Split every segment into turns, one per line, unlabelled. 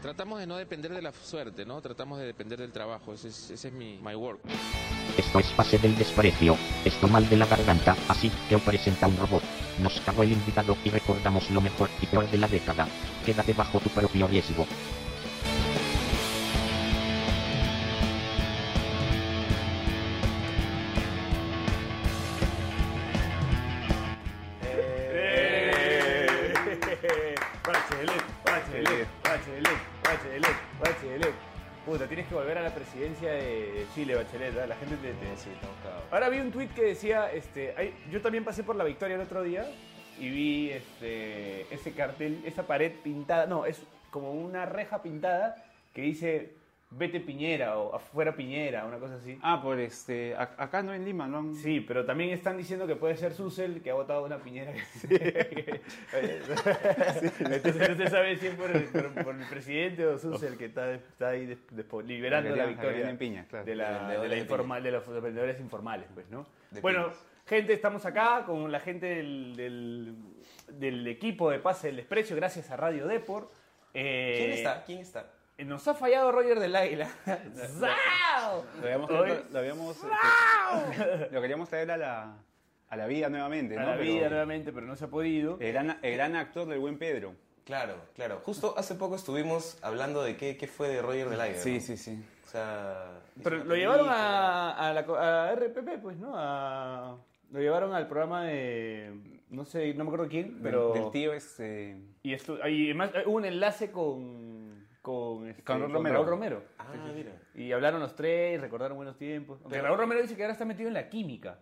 Tratamos de no depender de la suerte, ¿no? Tratamos de depender del trabajo. Ese es, ese es mi my work.
Esto es fase del desprecio. Esto mal de la garganta, así que os presenta un robot. Nos cagó el invitado y recordamos lo mejor y peor de la década. Quédate bajo tu propio riesgo.
Bachelet, Bachelet, Bachelet, Bachelet, Bachelet. Puta, tienes que volver a la presidencia de Chile, Bachelet. ¿verdad? La gente te, te- Ahora vi un tweet que decía, este, ay, yo también pasé por la victoria el otro día y vi este, ese cartel, esa pared pintada, no, es como una reja pintada que dice vete Piñera o afuera Piñera, una cosa así.
Ah, por este. ac- Acá no en Lima, ¿no? han-
Sí, pero también están diciendo que puede ser Susel que ha votado una piñera. que- Entonces no se sabe si es por el, por- por el presidente o Susel que está, está ahí des- despo- liberando la
Javier
victoria
en piña, claro.
de, la- de, la informal- de los vendedores informales, pues, ¿no?
De
bueno,
piñas.
gente, estamos acá con la gente del, del- del equipo de Pase del Desprecio, gracias a Radio Depor. Eh,
¿Quién está? ¿Quién está?
Nos ha fallado Roger del Águila. ¡Zao!
Lo habíamos.
Hoy-
Lo, habíamos este, lo queríamos traer a la, a la vida nuevamente,
A
¿no?
la
Pero
vida nuevamente, pero no se ha podido.
El gran, el gran actor del buen Pedro.
Claro, claro. Justo hace poco estuvimos hablando de qué, qué fue de Roger del Aire.
Sí, sí, sí.
O sea. hizo
Pero
una
lo llevaron
película.
"Ah".
a, a la co- a RPP, pues, ¿no? A- lo llevaron al programa de. No sé, no me acuerdo quién,
Del-
pero.
Del tío este.
Y, estu- y además eh, hubo un enlace con. Con, este,
Con Raúl Romero.
Raúl Romero.
Ah, mira.
Y hablaron los tres, recordaron buenos tiempos. Aunque
Pero-
Raúl Romero dice que ahora está metido en la química.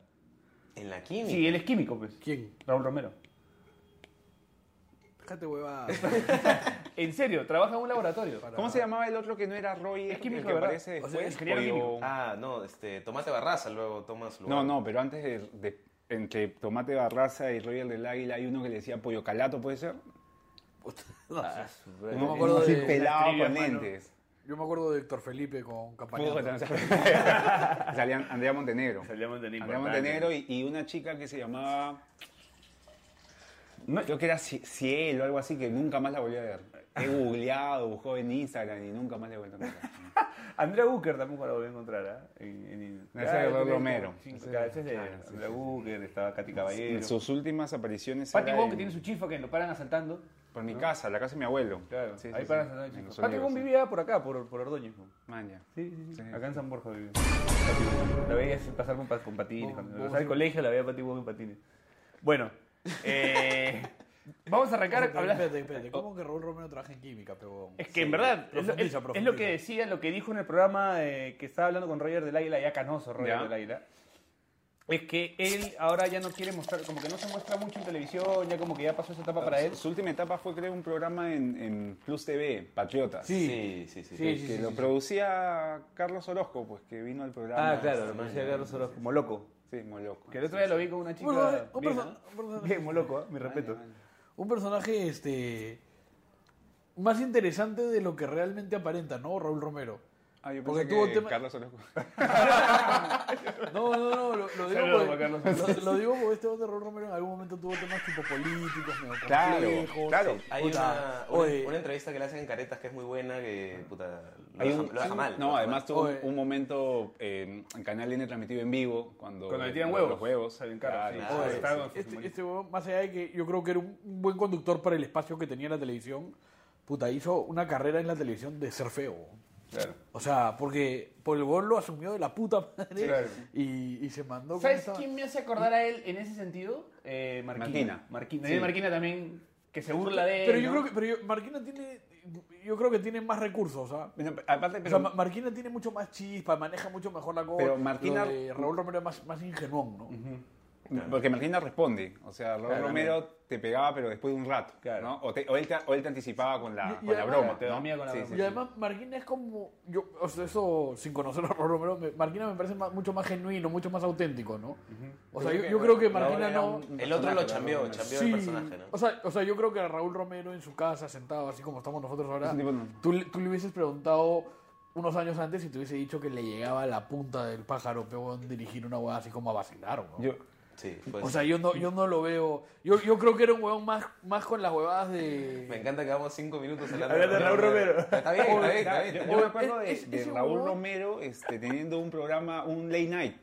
En la química.
Sí, él es químico, pues.
¿Quién?
Raúl Romero.
Déjate huevada.
En serio, trabaja en un laboratorio.
¿Cómo se llamaba el otro que no era Roy?
Es químico,
el que
¿verdad?
aparece
O sea,
después.
ingeniero químico.
Ah, no, este. Tomate Barraza luego toma su
No,
lugar.
no, pero antes de, de- entre Tomate Barraza y Roger del Águila hay uno que le decía Pollo Calato, ¿puede ser?
Ah, su-
me acuerdo
así
de-
pelado
Una
con
trivia, mano.
lentes.
Yo me acuerdo de Héctor Felipe con
Puta,
Campaña.
Salían Andrea Montenegro.
Salía Montenegro.
Andrea Montenegro y, y una chica que se llamaba.
No-
Creo que era Ci- Cielo o algo así, que nunca más la volví a ver. He googleado, buscó en Instagram y nunca más le he vuelto a encontrar.
Andrea Booker tampoco la volví a encontrar, ¿ah? En, en,
No, ese es Raúl Romero.
Cinco, cada vez es de
Claro, sí,
Andrea Booker, estaba Katy Caballero.
En sus últimas apariciones.
Patty
era
Wong,
en-
que tiene su chifa, que lo paran asaltando.
Por mi
¿no?
casa, la casa de mi abuelo.
Claro,
Sí, sí,
ahí
sí.
paran asaltando
En
chifas.
los
Patty
Olivos,
Wong
sí.
vivía por acá, por, por Ordóñez. ¿no?
Man, ya.
Sí, sí, sí.
Sí,
Acá
sí.
en San Borja vivía. Patty Wong. La veías pasar con, pa- con patines.
Vos-
Cuando
vos-
pasaba al colegio la veía Patty Wong en patines. Bueno, eh, vamos a arrancar
Espérate,
hablando...
espérate, espérate. ¿Cómo que Raúl Romero trabaja en química, pero
Es que en verdad, es lo, es-
profundiza,
es lo
profundiza.
que decía, lo que dijo en el programa eh, que estaba hablando con Roger del Águila, ya canoso Roger
Ya.
del Águila, es que él ahora ya no quiere mostrar, como que no se muestra mucho en televisión, ya como que ya pasó esa etapa para él.
Su última etapa fue crear un programa en, en Plus TV, Patriotas.
Sí, sí, sí.
que lo producía Carlos Orozco, pues que vino al programa.
Ah, claro, lo
man,
conocía
ya.
Carlos Orozco, como loco.
Sí, muy loco.
Que el otro día lo vi con una chica.
Bueno, vale, un,
bien,
perso-
¿ah?
un personaje,
Bien, muy loco, ¿ah? mi respeto.
un personaje, este más interesante de lo que realmente aparenta, ¿no? Raúl Romero.
Ah, yo
Porque
pensé
tuvo
que
tema-
Carlos Orozco.
No, no, no, lo, lo digo
Saludos,
porque,
Juan
lo, lo digo porque este otro Raúl Romero en algún momento tuvo temas tipo políticos, medio
Claro,
complejos.
claro.
Hay
Puta,
una, una,
oye,
una entrevista que le hacen en Caretas que es muy buena, que puta, lo,
Hay
deja,
un-
lo deja mal. lo
No,
deja
además
mal.
tuvo
Oye.
un momento eh, en Canal N transmitido en vivo. Cuando,
Cuando le tiran
los-
huevos.
Los huevos. Ah,
Salen caros,
Claro,
sí.
claro.
oye,
estaba
con sus
este,
manitos.
este huevón, más allá de que yo creo que era un un buen conductor para el espacio que tenía la televisión, puta, hizo una carrera en la televisión de ser feo.
claro.
O sea, porque por el gol lo asumió de la puta madre
Claro.
y, y se mandó con
¿Sabes
esta-
quién me hace acordar a él en ese sentido? Eh, Marquina.
Marquina.
Marquina.
Sí.
Marquina también, que se burla de él.
Pero yo
¿no?
creo que pero yo- Marquina tiene yo creo que tiene más recursos, ¿ah?
Bueno, aparte,
o sea,
pero,
Ma- Marquina tiene mucho más chispa, maneja mucho mejor la cosa.
Pero Marquina-
Lo de Raúl Romero es más, más ingenuón, ¿no?
porque Martina responde. O sea, Raúl
Claro,
Romero te pegaba, pero después de un rato.
Claro.
¿no? O, te- o él te, o él te anticipaba con la,
Y- y
con la
además-
broma.
Te
¿no?
dormía con la
Sí,
broma.
sí,
Y
sí.
además Marquina es como yo o sea, eso sin conocer a Raúl Romero, me- Marquina me parece más- mucho más genuino, mucho más auténtico, ¿no? O sea, yo, yo creo que
era
Marquina no
un-
El otro lo
personaje,
chambeó,
¿no?
chambeó el personaje, ¿no?
O sea, o sea, yo creo que a Raúl Romero en su casa, sentado así como estamos nosotros ahora,
Ese tipo no.
tú, le- tú le hubieses preguntado unos años antes y te hubiese dicho que le llegaba la punta del pájaro, peón, dirigir una hueá así como a vacilar, ¿no?
Yo,
Sí, pues.
O sea, yo no, yo no lo veo. Yo, yo creo que era un huevón más, más con las huevadas de.
me encanta que vamos cinco minutos hablando,
Hablando de Raúl Romero.
Está bien, está bien, está bien.
Yo,
está
yo
bien.
me acuerdo de,
Es-
de
ese
Raúl
huevón-
Romero este, teniendo un programa, un late night,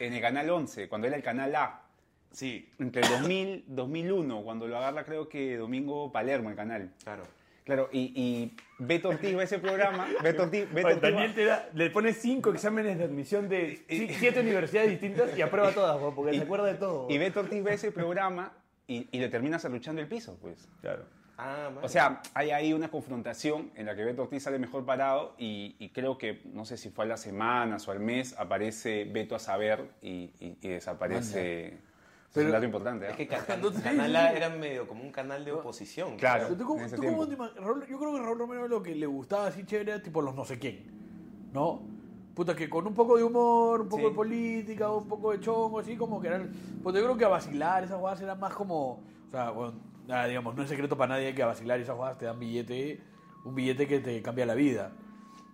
en el canal 11, cuando era el canal A.
Sí,
Entre el 2000, 2001, cuando lo agarra creo que Domingo Palermo el canal.
claro.
Claro, y, y Beto Ortiz ve ese programa. Beto Ortiz, Beto
Oye,
Ortiz va-
Daniel te da- le pone cinco exámenes de admisión de si- siete universidades distintas y aprueba todas, weón, porque
Y-
se acuerda de todo.
Y Beto Ortiz ve ese programa y, y le terminas arruchando el piso, pues.
Claro.
Ah,
O
vale.
sea, hay ahí una confrontación en la que Beto Ortiz sale mejor parado y, y creo que, no sé si fue a las semanas o al mes, aparece Beto a saber y, y- y desaparece. Es
Pero-
un dato importante. ¿ah?
es que Ca- Can-
Entonces-
Canal A era medio como un canal de oposición.
Claro.
Pero tú cómo-
en ese
tú cómo
tiempo.
te imag- Raúl- yo creo que Raúl Romero lo que le gustaba así chévere era tipo los no sé quién, ¿no? Puta, que con un poco de humor, un poco
Sí.
de política, un poco de chongo, así como que eran... Pues yo creo que a vacilar esas jugadas eran más como... O sea, bueno, nada, digamos, no es secreto para nadie que a vacilar esas jugadas te dan billete, un billete que te cambia la vida,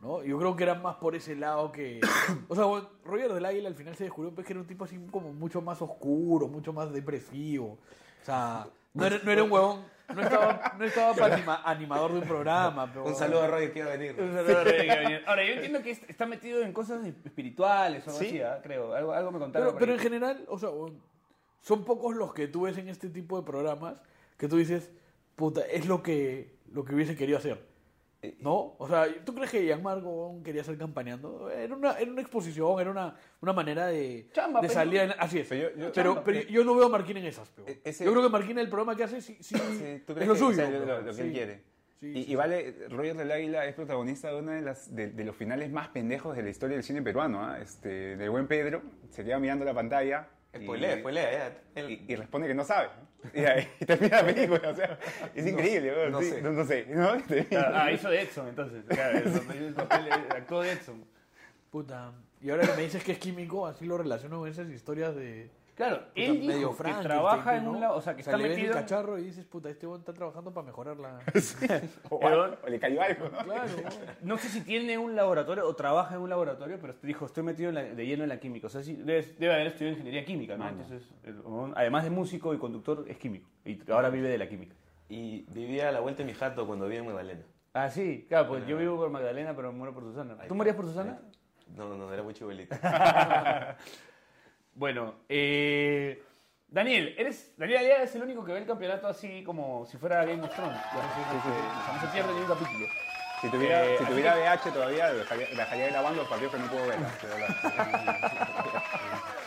¿no? Yo creo que eran más por ese lado que... o sea, bueno, Roger del Águila al final se descubrió pues, que era un tipo así como mucho más oscuro, mucho más depresivo. O sea, no era, no era un huevón... No estaba, no estaba para anima- animador de un programa. pero-
Un saludo a Roger que iba a venir.
Ahora, yo entiendo que está metido en cosas espirituales o algo así, ¿ah? creo. Algo, algo me contaron. por
Pero, pero
ahí.
en general, o sea, un- son pocos los que tú ves en este tipo de programas que tú dices, puta, es lo que, lo que hubiese querido hacer.
Eh,
¿No? O sea, ¿tú crees que Gianmarco quería ser campaneando? Era una, era una exposición, era una, una manera de,
Chamba,
de
pe,
salir. adelante. Así es. Pero,
Pero yo- yo-
pero,
chamba,
yo- yo no veo a Marquín en esas. pe.
E- ese-
yo creo que Marquín el programa que hace sí, sí,
¿Tú
es
crees
lo
que-
suyo.
o sea,
pe.
lo, lo que él
Sí.
quiere.
Sí,
y,
sí,
y vale, Roger del Águila es protagonista de uno de, las- de- de los finales más pendejos de la historia del cine peruano. ¿ah? Este, del buen Pedro se queda mirando la pantalla. y-
Spoilea, spoilea, ya. El-
y, y responde que no sabe. Y ahí termina la película. O sea, es increíble. weón,
no
sí,
sé.
No, no sé. ¿no?
Ah, ah, hizo de Edson, entonces. Claro, el papel, eh, actuó de Edson.
Puta. Y ahora que me dices que es químico, así lo relaciono con esas historias de.
Claro,
Puta,
él
medio
dijo que
Frankenstein,
trabaja en
¿no?
un lado, o sea, que está
le ves
metido...
el cacharro y dices, puta, este buen está trabajando para mejorar la...
O, o le cayó algo. ¿no?
Claro.
No sé si tiene un laboratorio o trabaja en un laboratorio, pero dijo, estoy metido en la- de lleno en la química. O sea, sí, debe, debe haber estudiado ingeniería química, ¿no? Entonces, el huevón, además de músico y conductor, es químico. Y ahora vive de la química.
Y vivía a la vuelta de mi jato cuando vivía en Magdalena.
Ah, sí, claro, pues yo vivo por Magdalena, pero muero por Susana. ¿Tú morías por Susana?
No, no, era muy chibolito.
Bueno, eh, Daniel, eres, Daniel Aliaga es el único que ve el campeonato así como si fuera Game of Thrones. O sea, no se pierde ni un capítulo.
Si tuviera,
Eh,
si
así
tuviera VH todavía, dejaría, dejaría grabando los partidos que no puedo ver. de verdad.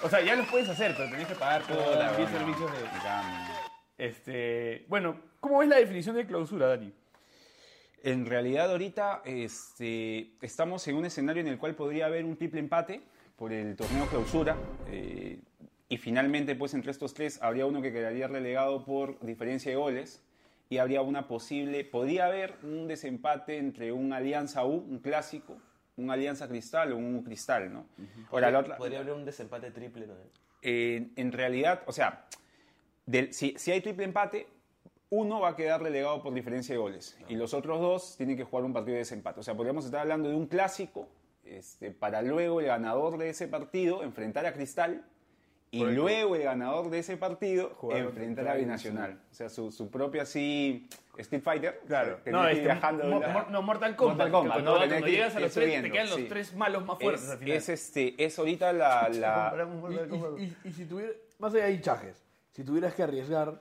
O sea, ya los puedes hacer, pero tenés que pagar todos
Puta,
los
no.
servicios de...
Ya,
Este, bueno, ¿cómo ves la definición de clausura, Dani?
En realidad ahorita este, estamos en un escenario en el cual podría haber un triple empate por el torneo clausura eh, y finalmente pues entre estos tres habría uno que quedaría relegado por diferencia de goles y habría una posible, podría haber un desempate entre un Alianza U, un clásico, un Alianza Cristal o un Cristal, ¿no? Ahora, la otra-
Podría haber un desempate triple, ¿no?
en, en realidad, o sea, del- si, si hay triple empate, uno va a quedar relegado por diferencia de goles y los otros dos tienen que jugar un partido de desempate. O sea, podríamos estar hablando de un clásico este, para luego el ganador de ese partido enfrentar a Cristal y luego el ganador de ese partido enfrentar a Binacional. O sea, su, su propio así Street Fighter.
Claro. este,
que tiene que ir viajando de
Mo-
la-
Mor- no, Mortal Kombat.
Mortal Kombat,
cuando
¿no?
cuando
Tenés que
llegas a
ir
los tres, te
subiendo,
quedan los
sí.
tres malos más fuertes al
es,
final.
es este, es ahorita la... la-
Y, y- y- y si tuviera, más allá de hinchajes, si tuvieras que arriesgar,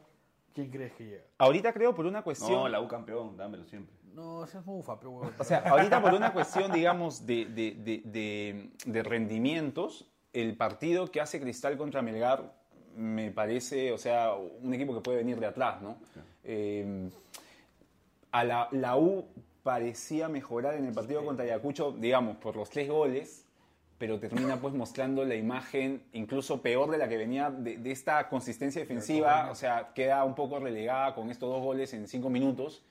¿quién crees que llega?
ahorita creo por una cuestión...
U campeón, dámelo siempre.
No, seas mufa, pero huevón.
O sea, ahorita por una cuestión, digamos, de, de- de- de- de rendimientos, el partido que hace Cristal contra Melgar me parece, o sea, un equipo que puede venir de atrás, ¿no? Eh, a la, la U parecía mejorar en el partido contra Ayacucho, digamos, por los tres goles, pero termina pues mostrando la imagen incluso peor de la que venía de, de esta consistencia defensiva, o sea, queda un poco relegada con estos dos goles en cinco minutos.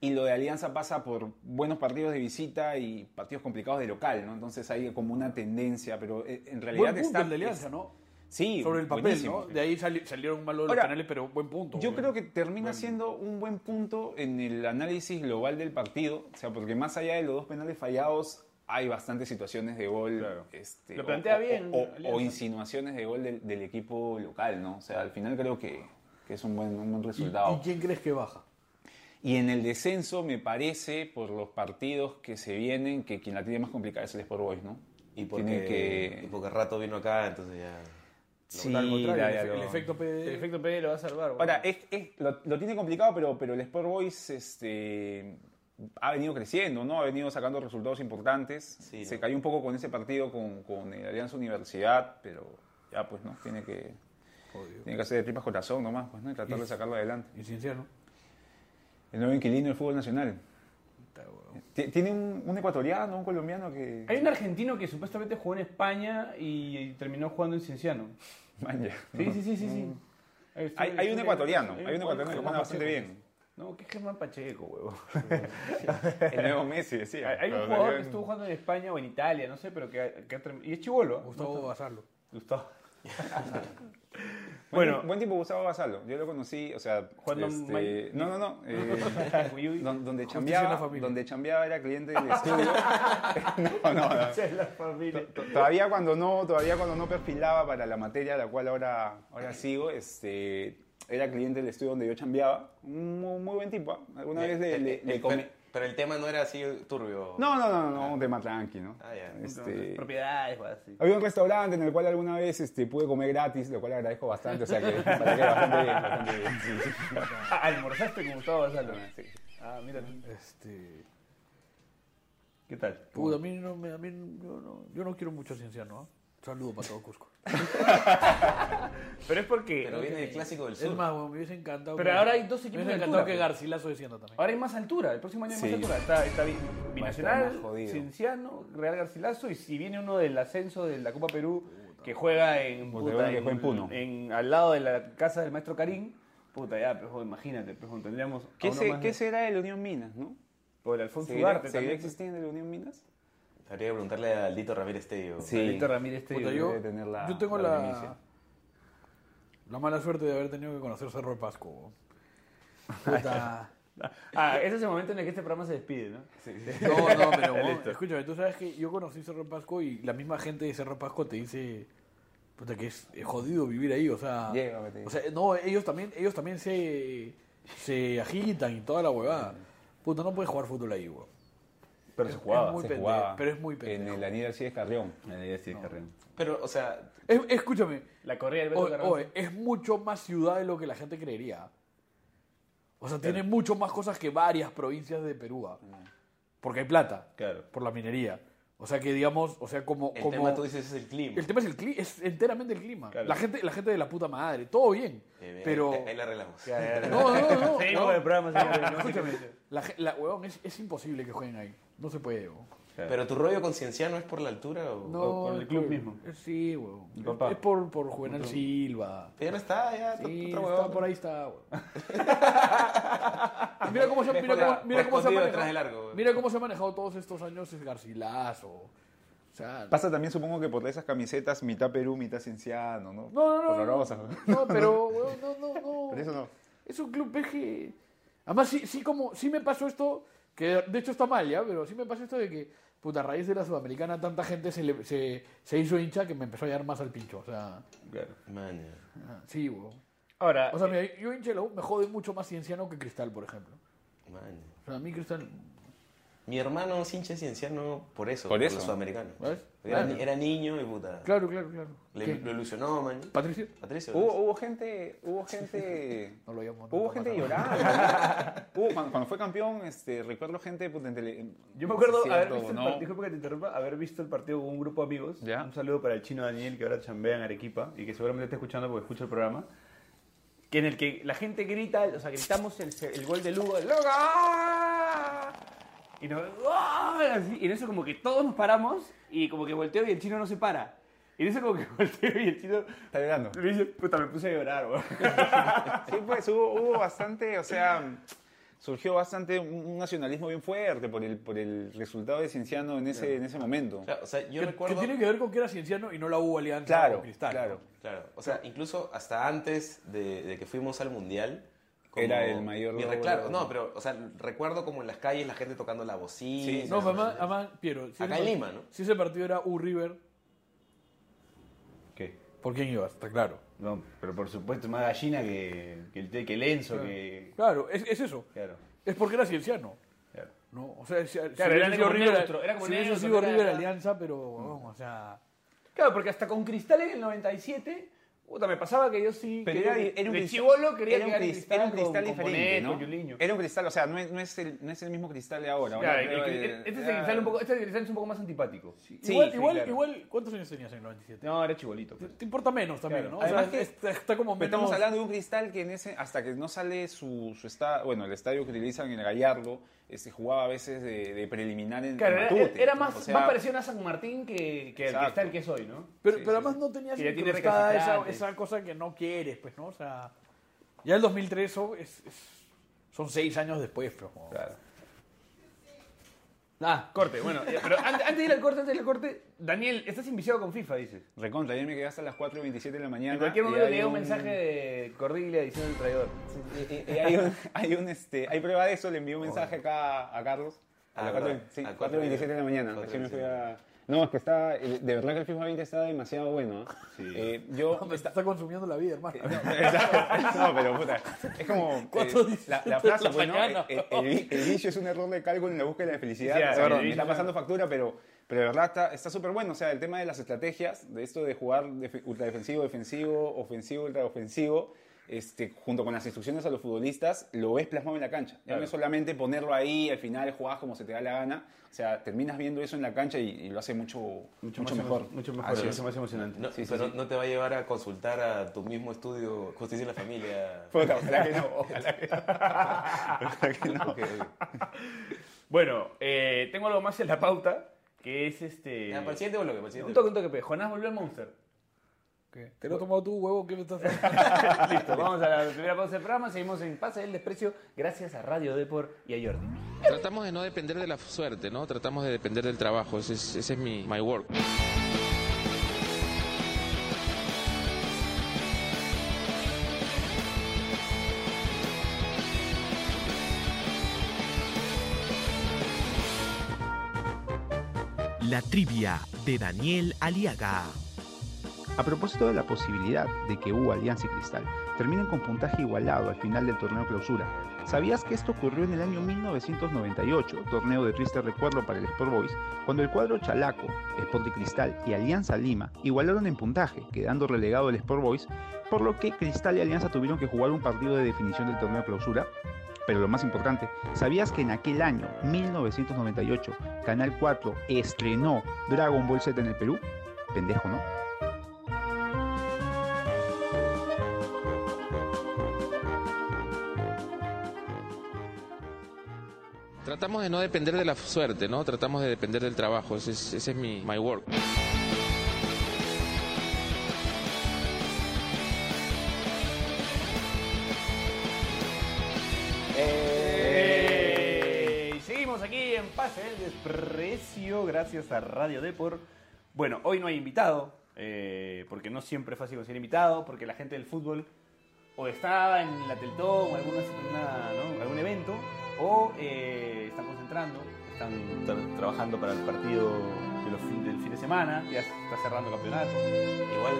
Y lo de Alianza pasa por buenos partidos de visita y partidos complicados de local, ¿no? Entonces hay como una tendencia, pero eh, en realidad
Buen punto
está...
el de Alianza, ¿no?
Sí,
Sobre el papel,
buenísimo.
¿no? De ahí sali- salieron malos los
Ahora,
canales, pero buen punto.
Yo
huevón.
creo que termina siendo un buen punto en el análisis global del partido, o sea, porque más allá de los dos penales fallados, hay bastantes situaciones de gol.
Claro.
este,
Lo
o-
plantea
o-
bien,
O, o
Alianza.
insinuaciones de gol del, del equipo local, ¿no? O sea, al final creo que, que es un buen, un buen
¿Y,
resultado.
y quién crees que baja?
Y en el descenso, me parece, por los partidos que se vienen, que quien la tiene más complicada es el Sport Boys, ¿no?
Y
Tiene
porque,
que-
y porque Rato vino acá, entonces ya...
Sí,
Al contrario,
ya,
el,
ya
efe-
lo-
el efecto PD.
El efecto PD lo va a salvar. güey.
Ahora, es, es- lo, lo tiene complicado, pero, pero el Sport Boys este, ha venido creciendo, ¿no? Ha venido sacando resultados importantes.
Sí,
Se
¿no?
cayó un poco con ese partido con, con el Alianza Universidad, pero ya pues, ¿no? Tiene que, tiene que hacer de tripas corazón nomás, pues, ¿no? Y tratar de sacarlo adelante.
Y sincero.
El nuevo inquilino del fútbol nacional. Ti- Tiene un, un ecuatoriano, un colombiano que...
Hay un argentino que supuestamente jugó en España y, y terminó jugando en Cienciano.
Man, ya.
Sí, sí, sí, sí. sí.
Mm.
Ahí está-
Hay, hay un ecuatoriano,
Hay
hay un ecuatoriano que juega bastante bien.
No, que es Germán Pacheco, huevo.
El nuevo Messi, decía.
Hay un
Pero
jugador que
también-
estuvo jugando en España o en Italia, no sé, pero que, que ha terminado. Y es chivolo.
Gustavo Basarlo.
Gustavo.
Bueno, buen tipo Gustavo Basalo. Yo lo conocí, o sea,
Jugando
este,
May-
no, no, no. eh,
Uyuy.
don- donde
Justicia en la
chambeaba,
familia.
donde chambeaba era cliente del estudio. no, no, no. To- Todavía cuando no, todavía cuando no perfilaba para la materia a la cual ahora, ahora sigo, este, era cliente del estudio donde yo chambeaba. Un Muy, muy buen tipo. ¿ah? Alguna vez le, le- le
El-
come-
eh, pero, pero el tema no era así turbio.
No, no, no, no, un tema tranqui, ¿no?
Ah, ya.
Este,
Propiedades, o así.
había un restaurante en el cual alguna vez este, pude comer gratis, lo cual agradezco bastante, o sea que, para que bastante bien, bastante bien. sí, sí.
Ah, almorzaste con Gustavo Basalo.
Sí.
Ah, mira.
Este.
¿Qué tal?
Puta, a mí, no, me- a mí yo, no, yo no quiero mucho a Cienciano. ¿ah? Saludo para todo Cusco.
Pero es porque.
Pero viene el clásico del
Es
sur.
más, weón, me hubiese encantado.
Pero ahora hay dos equipos
Me hubiese
de
encantado
altura,
que
pues.
Garcilaso descienda también.
Ahora hay más altura, el próximo año hay más
Sí.
altura. Está, está bi-
estar
Binacional,
más jodido.
Cienciano, Real Garcilaso y si viene uno del ascenso de la Copa Perú que juega en,
Puta, bueno, que juega en Puno.
en- al lado de la casa del maestro Karim, puta ya, pero joder, imagínate, pero joder, tendríamos a
¿Qué,
uno
se-
más
qué
de-
será de la Unión Minas, no?
o el Alfonso
¿Seguirá,
Ugarte
¿seguirá
también.
existiendo la Unión Minas?
Habría que preguntarle a Aldito Ramírez Tello.
Alito Ramírez este
Puta,
Tello.
yo,
debe tener la-
yo tengo
la
la,
primicia.
la mala suerte de haber tenido que conocer Cerro de Pasco. weón. Puta.
Ah, ese es el momento en el que este programa se despide, ¿no?
No, no, pero weón, escúchame, tú sabes que yo conocí Cerro de Pasco y la misma gente de Cerro de Pasco te dice puta, que es es jodido vivir ahí, o sea,
Llévame, te
o sea, no, ellos también, ellos también se, se agitan y toda la huevada. Puta, no puedes jugar fútbol ahí, weón.
Pero
Es- es muy pendejo, pero es muy
En
pendejo.
el Aníbal Cíes Carrión.
Pero, o sea,
Es- escúchame,
La corrida del Beto
oye,
Carranza.
oye, es mucho más ciudad de lo que la gente creería. O sea, tiene mucho más cosas que varias provincias de Perú. ah. Porque hay plata.
Claro.
Por la minería. O sea que digamos, o sea, como.
el
como
tema tú dices es el clima.
el tema es el clima, es enteramente el clima. La gente, la gente de la puta madre, todo bien.
Eh, bien,
pero.
ahí- Ahí la arreglamos.
No, no, no.
Seguimos
no.
con el programa, señores, no se
Escúchame.
preocupen.
La, ge- la- huevón, es, es imposible que jueguen ahí. No se puede, huevón.
Pero tu rollo concienciano es por la altura o.
No,
por el
es
club
por-
mismo.
es- Sí, huevón. Es-
papá.
Es por, por Juvenal Silva.
Pero ya no está, ya está
Sí,
otra
está
huevada.
por ahí está, güey. Y mira cómo se, mira cómo, mira cómo se ha
Escondido
manejado.
detrás del arco, güey.
mira cómo se ha manejado todos estos años es Garcilaso. O sea,
Pasa también, supongo que por esas camisetas mitad Perú, mitad Cienciano, ¿no?
no, no, no.
Horrorosas.
No, pero güey, no, no, no.
Pero eso no.
Es un club peje. Además sí, sí como sí me pasó esto que de hecho está mal, ya, pero sí me pasó esto de que puta a raíz de la sudamericana tanta gente se, le- se, se hizo hincha que me empezó a llegar más al pincho, o sea,
Man, ya.
ah, sí, güey.
Ahora,
O sea, mira, yo hincha de la U me jode mucho más cienciano que Cristal, por ejemplo.
Man, ya.
O sea, a mí Cristal
Mi hermano es hincha de cienciano por eso,
Por
por,
eso.
los sudamericanos.
¿Ves?
Era,
Claro.
era niño y puta.
Claro, claro, claro.
Le-
¿Quién?
lo ilusionó, man.
¿Patricio?
Patricio.
Hubo, hubo gente. Hubo gente.
No lo llamo. no
Hubo
lo
gente
llamo.
llorando. ¿no? Hubo- cuando, cuando fue campeón, este, recuerdo gente. puta, en tele-
Yo me acuerdo
Sí,
haber
cierto,
visto
este
el
¿no?
partido, disculpa que te interrumpa, haber visto el partido con un grupo de amigos.
Ya.
Un saludo para el chino Daniel que ahora chambea en Arequipa y que seguramente está escuchando porque escucha el programa. Que en el que la gente grita, o sea, gritamos el, el gol de Lugo, ¡Loga! Y nos, ¡ah! Así, y en eso como que todos nos paramos y como que volteo y el chino no se para. Y en eso como que volteo y el chino
Está llorando.
le dice, puta, me puse a llorar, weón.
Sí, pues hubo, hubo bastante, o sea, surgió bastante un, un nacionalismo bien fuerte por el, por el resultado de Cienciano en ese, en ese momento.
Claro, o sea, yo
Que-
recuerdo.
Que tiene que ver con que era cienciano y no la hubo alianza
Claro,
con Cristal.
claro.
Claro, o sea, incluso hasta antes de, de que fuimos al mundial, como
Era el mayor
Mi
logro.
reclaro. No, pero, o sea, recuerdo como en las calles la gente tocando la bocina.
Sí,
No, pero además, además, Piero. Si
Acá
ese
en
part-
Lima, ¿no?
Si ese partido era U River,
¿Qué?
¿por quién ibas? Está claro.
No, pero por supuesto, más gallina que, que el té, que el Enzo, que.
Claro, es, es eso.
Claro,
Es porque era cienciano.
claro.
No, o sea, si, si
Claro,
hubiese
era
sido
como
River,
neutro, era como
si hubiese
neutro,
sido
era- Mm.
River
era-
Alianza, pero vamos, o sea,
Claro, porque hasta con Cristal en el 97, puta, me pasaba que yo sí.
Pero
quería
era,
que-
era un
de
cristal-
chivolo quería
era un
que gane
cristal, era un
con-
cristal
con
diferente,
Bonet,
¿no?
con Julinho.
Era un cristal, o sea, no es, no es el, no es el mismo cristal de ahora. ahora
Claro, el-
creo
el-
que-
este, es el
era-
cristal un poco, este cristal es un poco más antipático.
igual,
sí,
igual,
claro.
igual, ¿cuántos años tenías en el 97?
No, era chibolito.
Te,
pues.
te importa menos también,
Claro.
¿no? O sea,
Además que-
está, está como
Pero
menos...
estamos hablando de un cristal que en ese, hasta que no sale su, su estadio, bueno, el estadio que utilizan en el Gallardo, este, jugaba a veces de, de preliminar en
Claro,
en
era,
Matute,
era
¿no?
más,
O sea,
más parecido a San Martín que, que al
Exacto.
cristal que es hoy, ¿no?
Pero,
Sí,
pero
sí,
además
sí.
no tenías
Que ya tiene
incrustada esa,
recalcitrantes.
esa cosa que no quieres, pues, ¿no? O sea, ya el 2003 eso es, es- son seis años después, pero... como-
Ah, corte, bueno. eh, Pero an- antes de ir al corte, antes de ir al corte, Daniel, estás inviciado con FIFA, dices.
Recontra, ayer me quedé hasta las 4.27 de la mañana.
En cualquier
y
momento te
hay
llega un mensaje de Cordiglia diciendo el traidor.
y- y hay, un, hay, un, este, hay prueba de eso, le envié un mensaje acá a Carlos.
Ah,
A las
verdad,
4, sí,
a
4.27 de la mañana.
4:27.
Recién me fui a- No, es que está. De verdad que el FIFA 20 está demasiado bueno. ¿ah? Eh, yo.
Me está consumiendo la vida, hermano.
Exacto. No, pero puta. Es como. eh,
Cuatro dices
la, la
de
frase,
la
pues, ¿no?
mañana.
El, el- el- el vicio es un error de cálculo en la búsqueda de felicidad.
Sí,
O sea,
sí,
perdón,
el
me está
vicio-
pasando factura, pero, pero de verdad está- está súper bueno. O sea, el tema de las estrategias, de esto de jugar def- ultradefensivo, defensivo, ofensivo, ultraofensivo. Este, junto con las instrucciones a los futbolistas, lo ves plasmado en la cancha. Ya no es solamente ponerlo ahí, al final jugás como se te da la gana. O sea, terminas viendo eso en la cancha y, y lo hace mucho, mucho, mejor.
Mucho mejor,
Así es.
mucho más emocionante.
No, pero no te va a llevar a consultar a tu mismo estudio Justicia en la Familia.
Puta, ojalá que no. Ojalá que, ojalá que no.
Bueno, eh, tengo algo más en la pauta, que es este...
Ya, ¿Para el siguiente bloque? Para el siguiente
Un toque, un toque, pe. Jonás volvió al Monster.
¿Qué? ¿Te lo has tomado tú, huevo? ¿Qué me estás haciendo?
Listo, vamos a la primera pausa del programa. Seguimos en Pase del Desprecio gracias a Radio Depor y a Jordi.
Tratamos de no depender de la suerte, ¿no? Tratamos de depender del trabajo. Ese es, ese es mi my work.
La trivia de Daniel Aliaga.
A propósito de la posibilidad de que U, Alianza y Cristal terminen con puntaje igualado al final del torneo clausura, ¿sabías que esto ocurrió en el año 1998, torneo de triste recuerdo para el Sport Boys, cuando el cuadro Chalaco, Sport de Cristal y Alianza Lima igualaron en puntaje, quedando relegado el Sport Boys, por lo que Cristal y Alianza tuvieron que jugar un partido de definición del torneo clausura? Pero lo más importante, ¿sabías que en aquel año, 1998, Canal 4 estrenó Dragon Ball Z en el Perú? Pendejo, ¿no?
Tratamos de no depender de la suerte, ¿no? Tratamos de depender del trabajo. Ese es, ese es mi my work.
Y seguimos aquí en Pase del Desprecio, gracias a Radio Depor. Bueno, hoy no hay invitado, eh, porque no siempre es fácil conseguir invitado, porque la gente del fútbol o está en la Teltón o alguna, una- ¿no? algún evento, o eh, están concentrando, están tra- trabajando para el partido de los fin- del fin de semana, ya se está cerrando el campeonato.
Igual,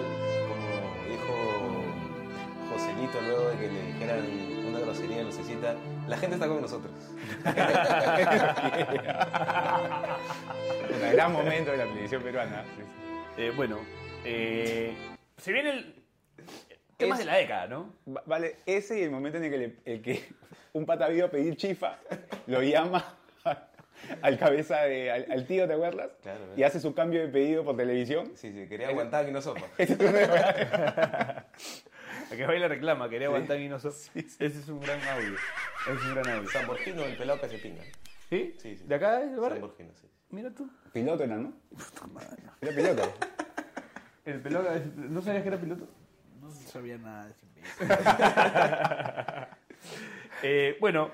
como dijo Joselito luego de que le dijeran una grosería a Lucecita, la gente está con nosotros.
Un gran momento de la televisión peruana. Sí, sí.
Eh, bueno, eh, se viene el... Temas de la década, ¿no?
Va- Vale, ese y el momento en el que, le- el que un pata vino a pedir chifa, lo llama a- al cabeza de, al, al tío, ¿te acuerdas?
Claro, claro.
Y hace su cambio de pedido por televisión.
Sí, sí, quería aguantar y no sopa.
A que baile reclama, quería aguantar y no so- Ese es un gran audio. Ese es un gran audio.
San Borgino, el pelado que se pinga.
¿Sí?
Sí, sí.
¿De acá es el
San
barrio?
Borgino, sí.
Mira tú.
Piloto era, ¿no? Era piloto.
El pelota, ¿no sabías que era piloto?
No sabía nada de ese imbécil.
Eh, bueno,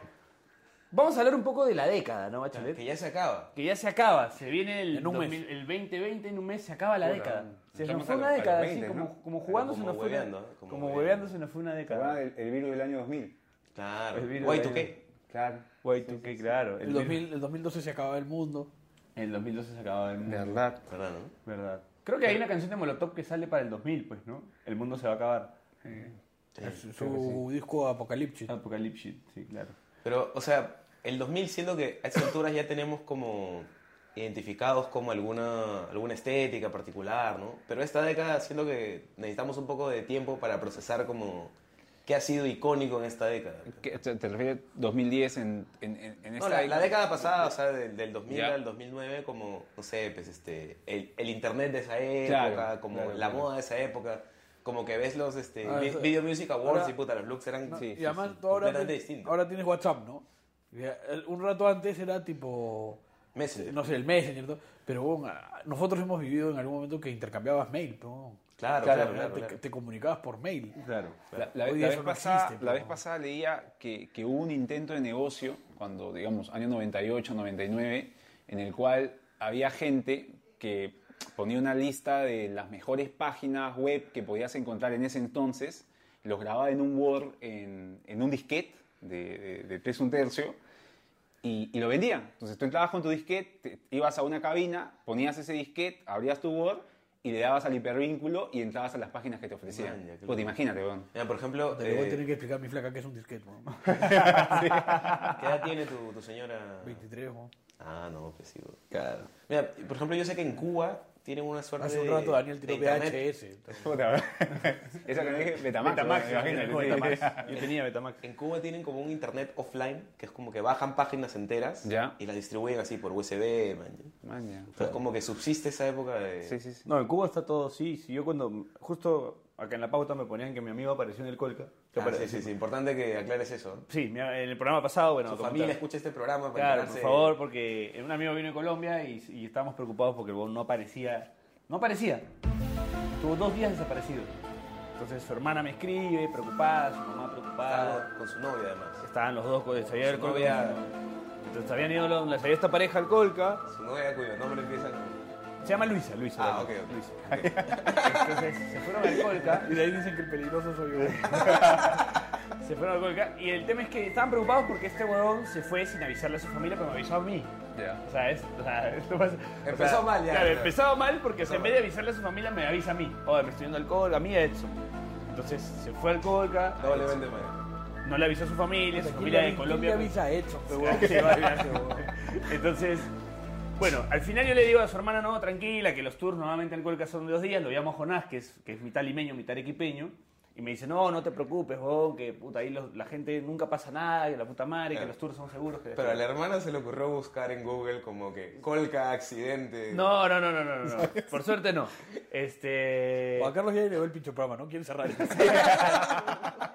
vamos a hablar un poco de la década, ¿no, Bachelet?
Que ya se acaba.
Que ya se acaba, se viene el,
En un mes.
2000, el 2020, en un mes se acaba la década. Se nos
Estamos
fue
a
una
los- a los
década,
20,
así como,
¿no?
como jugando
Pero
se
como
nos fue una-
hueveando, ¿eh?
Como,
Como
hueveando se nos fue una
¿Te acuerdas
década.
del- el virus del año 2000?
Claro.
El virus
Guay,
de-
¿tú qué?
Claro. Guay, tú qué, claro.
El, 2000, el 2012 se acababa el mundo.
En el 2012 se acababa el mundo.
¿Verdad?
¿Verdad, no?
Verdad. Creo que hay una canción de Molotov que sale para el 2000, pues, ¿no? El mundo se va a acabar.
Eh,
su disco Apocalipsis.
Ah,
Apocalipsis, sí, claro.
Pero, o sea, el 2000 siendo que a estas alturas ya tenemos como identificados como alguna, alguna estética particular, ¿no? Pero esta década siento que necesitamos un poco de tiempo para procesar como qué ha sido icónico en esta década.
¿Qué- ¿Te, te refieres 2010 en, en, en- en
No,
esta
la, la década pasada, o sea, del, del 2000
Ya.
al 2009, como, no sé, pues este, el, el internet de esa época,
Claro,
como
claro,
la
claro.
moda de esa época, como que ves los este,
Ah,
vi-
eso-
Video Music Awards
ahora-
y puta, los looks eran
¿no?
sí,
y
sí,
además
sí,
tú ahora,
completamente
tienes-
distintos.
ahora tienes WhatsApp, ¿no? Ya, el- Un rato antes era tipo,
Messenger.
no sé, el Messenger, ¿no? pero bueno, a- nosotros hemos vivido en algún momento que intercambiabas mail, ¿no?
Claro,
O sea,
claro, claro,
te,
claro.
te comunicabas por mail.
Claro.
La, la-
Hoy
la
día
vez
eso no
pasada,
existe,
la
pero-
vez pasada leía que, que hubo un intento de negocio, cuando digamos año 98, 99, en el cual había gente que ponía una lista de las mejores páginas web que podías encontrar en ese entonces, los grababa en un Word, en, en un disquete de, de, de tres un tercio, y, y lo vendían. Entonces tú entrabas con tu disquete, te- ibas a una cabina, ponías ese disquete, abrías tu Word y le dabas al hipervínculo y entrababas a las páginas que te ofrecían.
Manja, qué
Puta,
loco.
imagínate, weón.
Mira, por ejemplo,
Te lo voy a
eh,
tener que explicar a mi flaca que es un disquete, ¿no?
¿Qué edad tiene tu, tu señora?
23, ¿no?
Ah, no, pues sí. bro. Mira, por ejemplo, yo sé que en Cuba tienen una suerte
Hace un
de-
rato Daniel tiró
de internet.
VHS.
Esa que dije Betamax. ¿no? Imagínate.
Yo tenía Betamax.
En Cuba tienen como un internet offline, que es como que bajan páginas enteras
Ya.
y las distribuyen así por USB, man.
Maña.
Entonces como que subsiste esa época de...
Sí, sí, sí.
No, en Cuba está todo sí. sí, yo cuando, justo acá en la pauta me ponían que mi amigo apareció en el Colca. Que
Ah,
apareció-
sí, sí, sí, importante que aclares eso. ¿no?
Sí, mira, en el programa pasado, bueno,
Su
como
familia
tal.
escucha este programa para
Claro, por
enterarse-
favor, porque un amigo vino de Colombia y, y estábamos preocupados porque el huevón no aparecía. No aparecía. Tuvo dos días desaparecido. Entonces su hermana me escribe, preocupada, su mamá preocupada.
Estaba con su novia además.
Estaban los dos, con- se había ido al
Su
Colca.
novia-
Entonces habían ido, los- se había esta pareja al Colca.
Su novia cuyo nombre empieza con...
Se llama Luisa, Luisa.
Ah,
¿verdad?
ok, ok.
Luisa. Entonces se fueron al Colca.
Y de ahí dicen que el peligroso soy yo.
Se fueron al Colca. Y el tema es que estaban preocupados porque este huevón se fue sin avisarle a su familia, pero me avisó a mí.
Ya.
O sea, es, o sea, esto pasa- o
Empezó
sea,
mal ya,
Claro,
claro.
empezó mal porque o sea, en vez de avisarle a su familia me avisa a mí. Oye, me estoy yendo al Colca, a mí a Edson. Entonces se fue al Colca,
Doblemente mal.
no le avisó a su familia, su
¿Quién
familia
le-
de
quién
Colombia.
le avisa a Edson, pe, huevón?
pues, se va a avisar, huevón. Entonces, bueno, al final yo le digo a su hermana, no, tranquila, que los tours normalmente al Colca son de dos días, lo llamo a Jonás, que es, que es mitad limeño, mitad equipeño. Y me dice, no, no te preocupes, huevón, que puta, ahí los- la gente nunca pasa nada, que la puta madre, que
Claro.
los tours son seguros. Que
Pero a la hermana se le ocurrió buscar en Google como que Colca accidente.
No, no, no, no, no, no, no. Por suerte no. Este.
O a Carlos ya le llegó el pincho programa, ¿no? Quieren cerrar.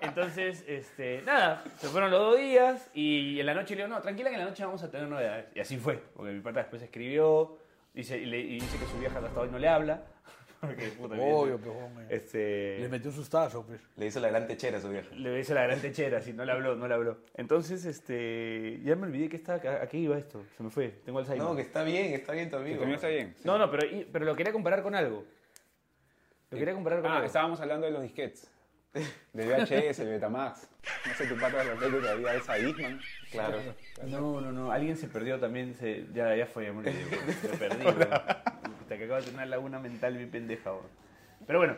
Entonces, este, nada, se fueron los dos días y en la noche le digo, no, tranquila que en la noche vamos a tener novedades. Y así fue, porque mi pata después escribió dice, y, le, y dice que su vieja hasta hoy no le habla. Porque, puta,
Obvio,
evidente.
pues,
pe, huevón, eh.
Este.
Le metió un sustazo, pues.
Le hizo la gran techera a su vieja.
Le hice la gran techera, así, no le habló, no le habló. Entonces, este, ya me olvidé que estaba, a, a qué iba esto, se me fue, tengo Alzheimer.
No, que está bien, está bien tu
El
amigo.
camino está bien. sí.
no, no, pero, y- pero lo quería comparar con algo. Lo quería comparar con
Ah,
algo.
estábamos hablando de los disquetes. Del VHS, el Betamax. No sé, tu pata de repente todavía es Disman.
Claro.
No, no, no. Alguien se perdió también. Se... Ya, ya fue, amor. Se perdí, weón. Puta, que acabo de tener una laguna mental bien pendeja, weón. Pero bueno,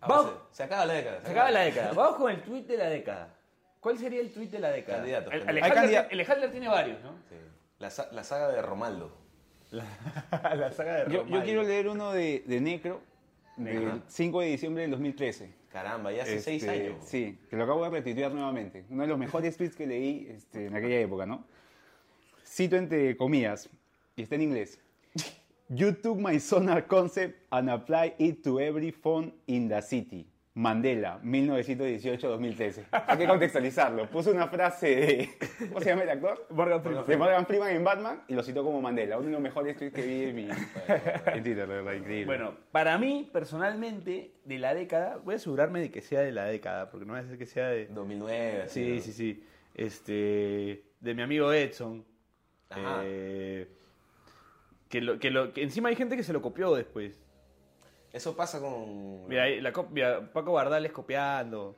Ah,
vamos.
pues, Se acaba la década.
Se acaba la década. Vamos con el tweet de la década. ¿Cuál sería el tweet de la década?
Candidatos,
El-
candidatos.
Alejandro,
Hay candida-
el Alejandro tiene varios, ¿no?
Sí. La, sa- la saga de Romaldo.
la saga de
Yo, yo quiero leer uno de, de Necro, del 5 de diciembre del 2013.
Caramba, ya hace
Este,
seis años.
Sí, que lo acabo de retuitear nuevamente. Uno de los mejores tweets que leí este, en aquella época, ¿no? Cito entre comillas, y está en inglés. You took my sonar concept and applied it to every phone in the city. Mandela, 1918-2013. Hay que contextualizarlo. Puso una frase de. ¿Cómo se llama el actor? Morgan Freeman. De Morgan Freeman en Batman y lo citó como Mandela. Uno de los mejores tweets que vi en mi. en Twitter, de verdad, increíble.
Bueno, para mí, personalmente, de la década, voy a asegurarme de que sea de la década, porque no va a ser que sea de.
2009. así,
Sí,
¿no?
sí, sí. Este. De mi amigo Edson.
Ajá.
Eh, que, lo, que, lo, que encima hay gente que se lo copió después.
Eso pasa con.
Mira, ahí la cop- mira, Paco Bardales copiando.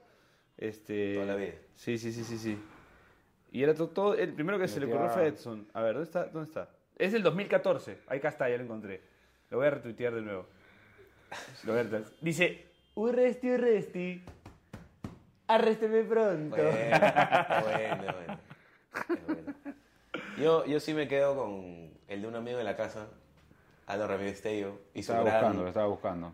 Este,
Toda la vida.
Sí, sí, sí, sí, sí. Y era todo, todo- el primero que se le ocurrió fue a Edson. A ver, ¿dónde está? ¿Dónde está? Es del 2014. Ahí acá está, ya lo encontré. Lo voy a retuitear de nuevo. Lo voy a retuitear. Dice, urresti, urresti, arrésteme pronto.
Bueno, está bueno, bueno. Es bueno. Yo, yo sí me quedo con el de un amigo de la casa, Aldo Ramírez Tello, y su
Estaba
gran
buscando, lo estaba buscando.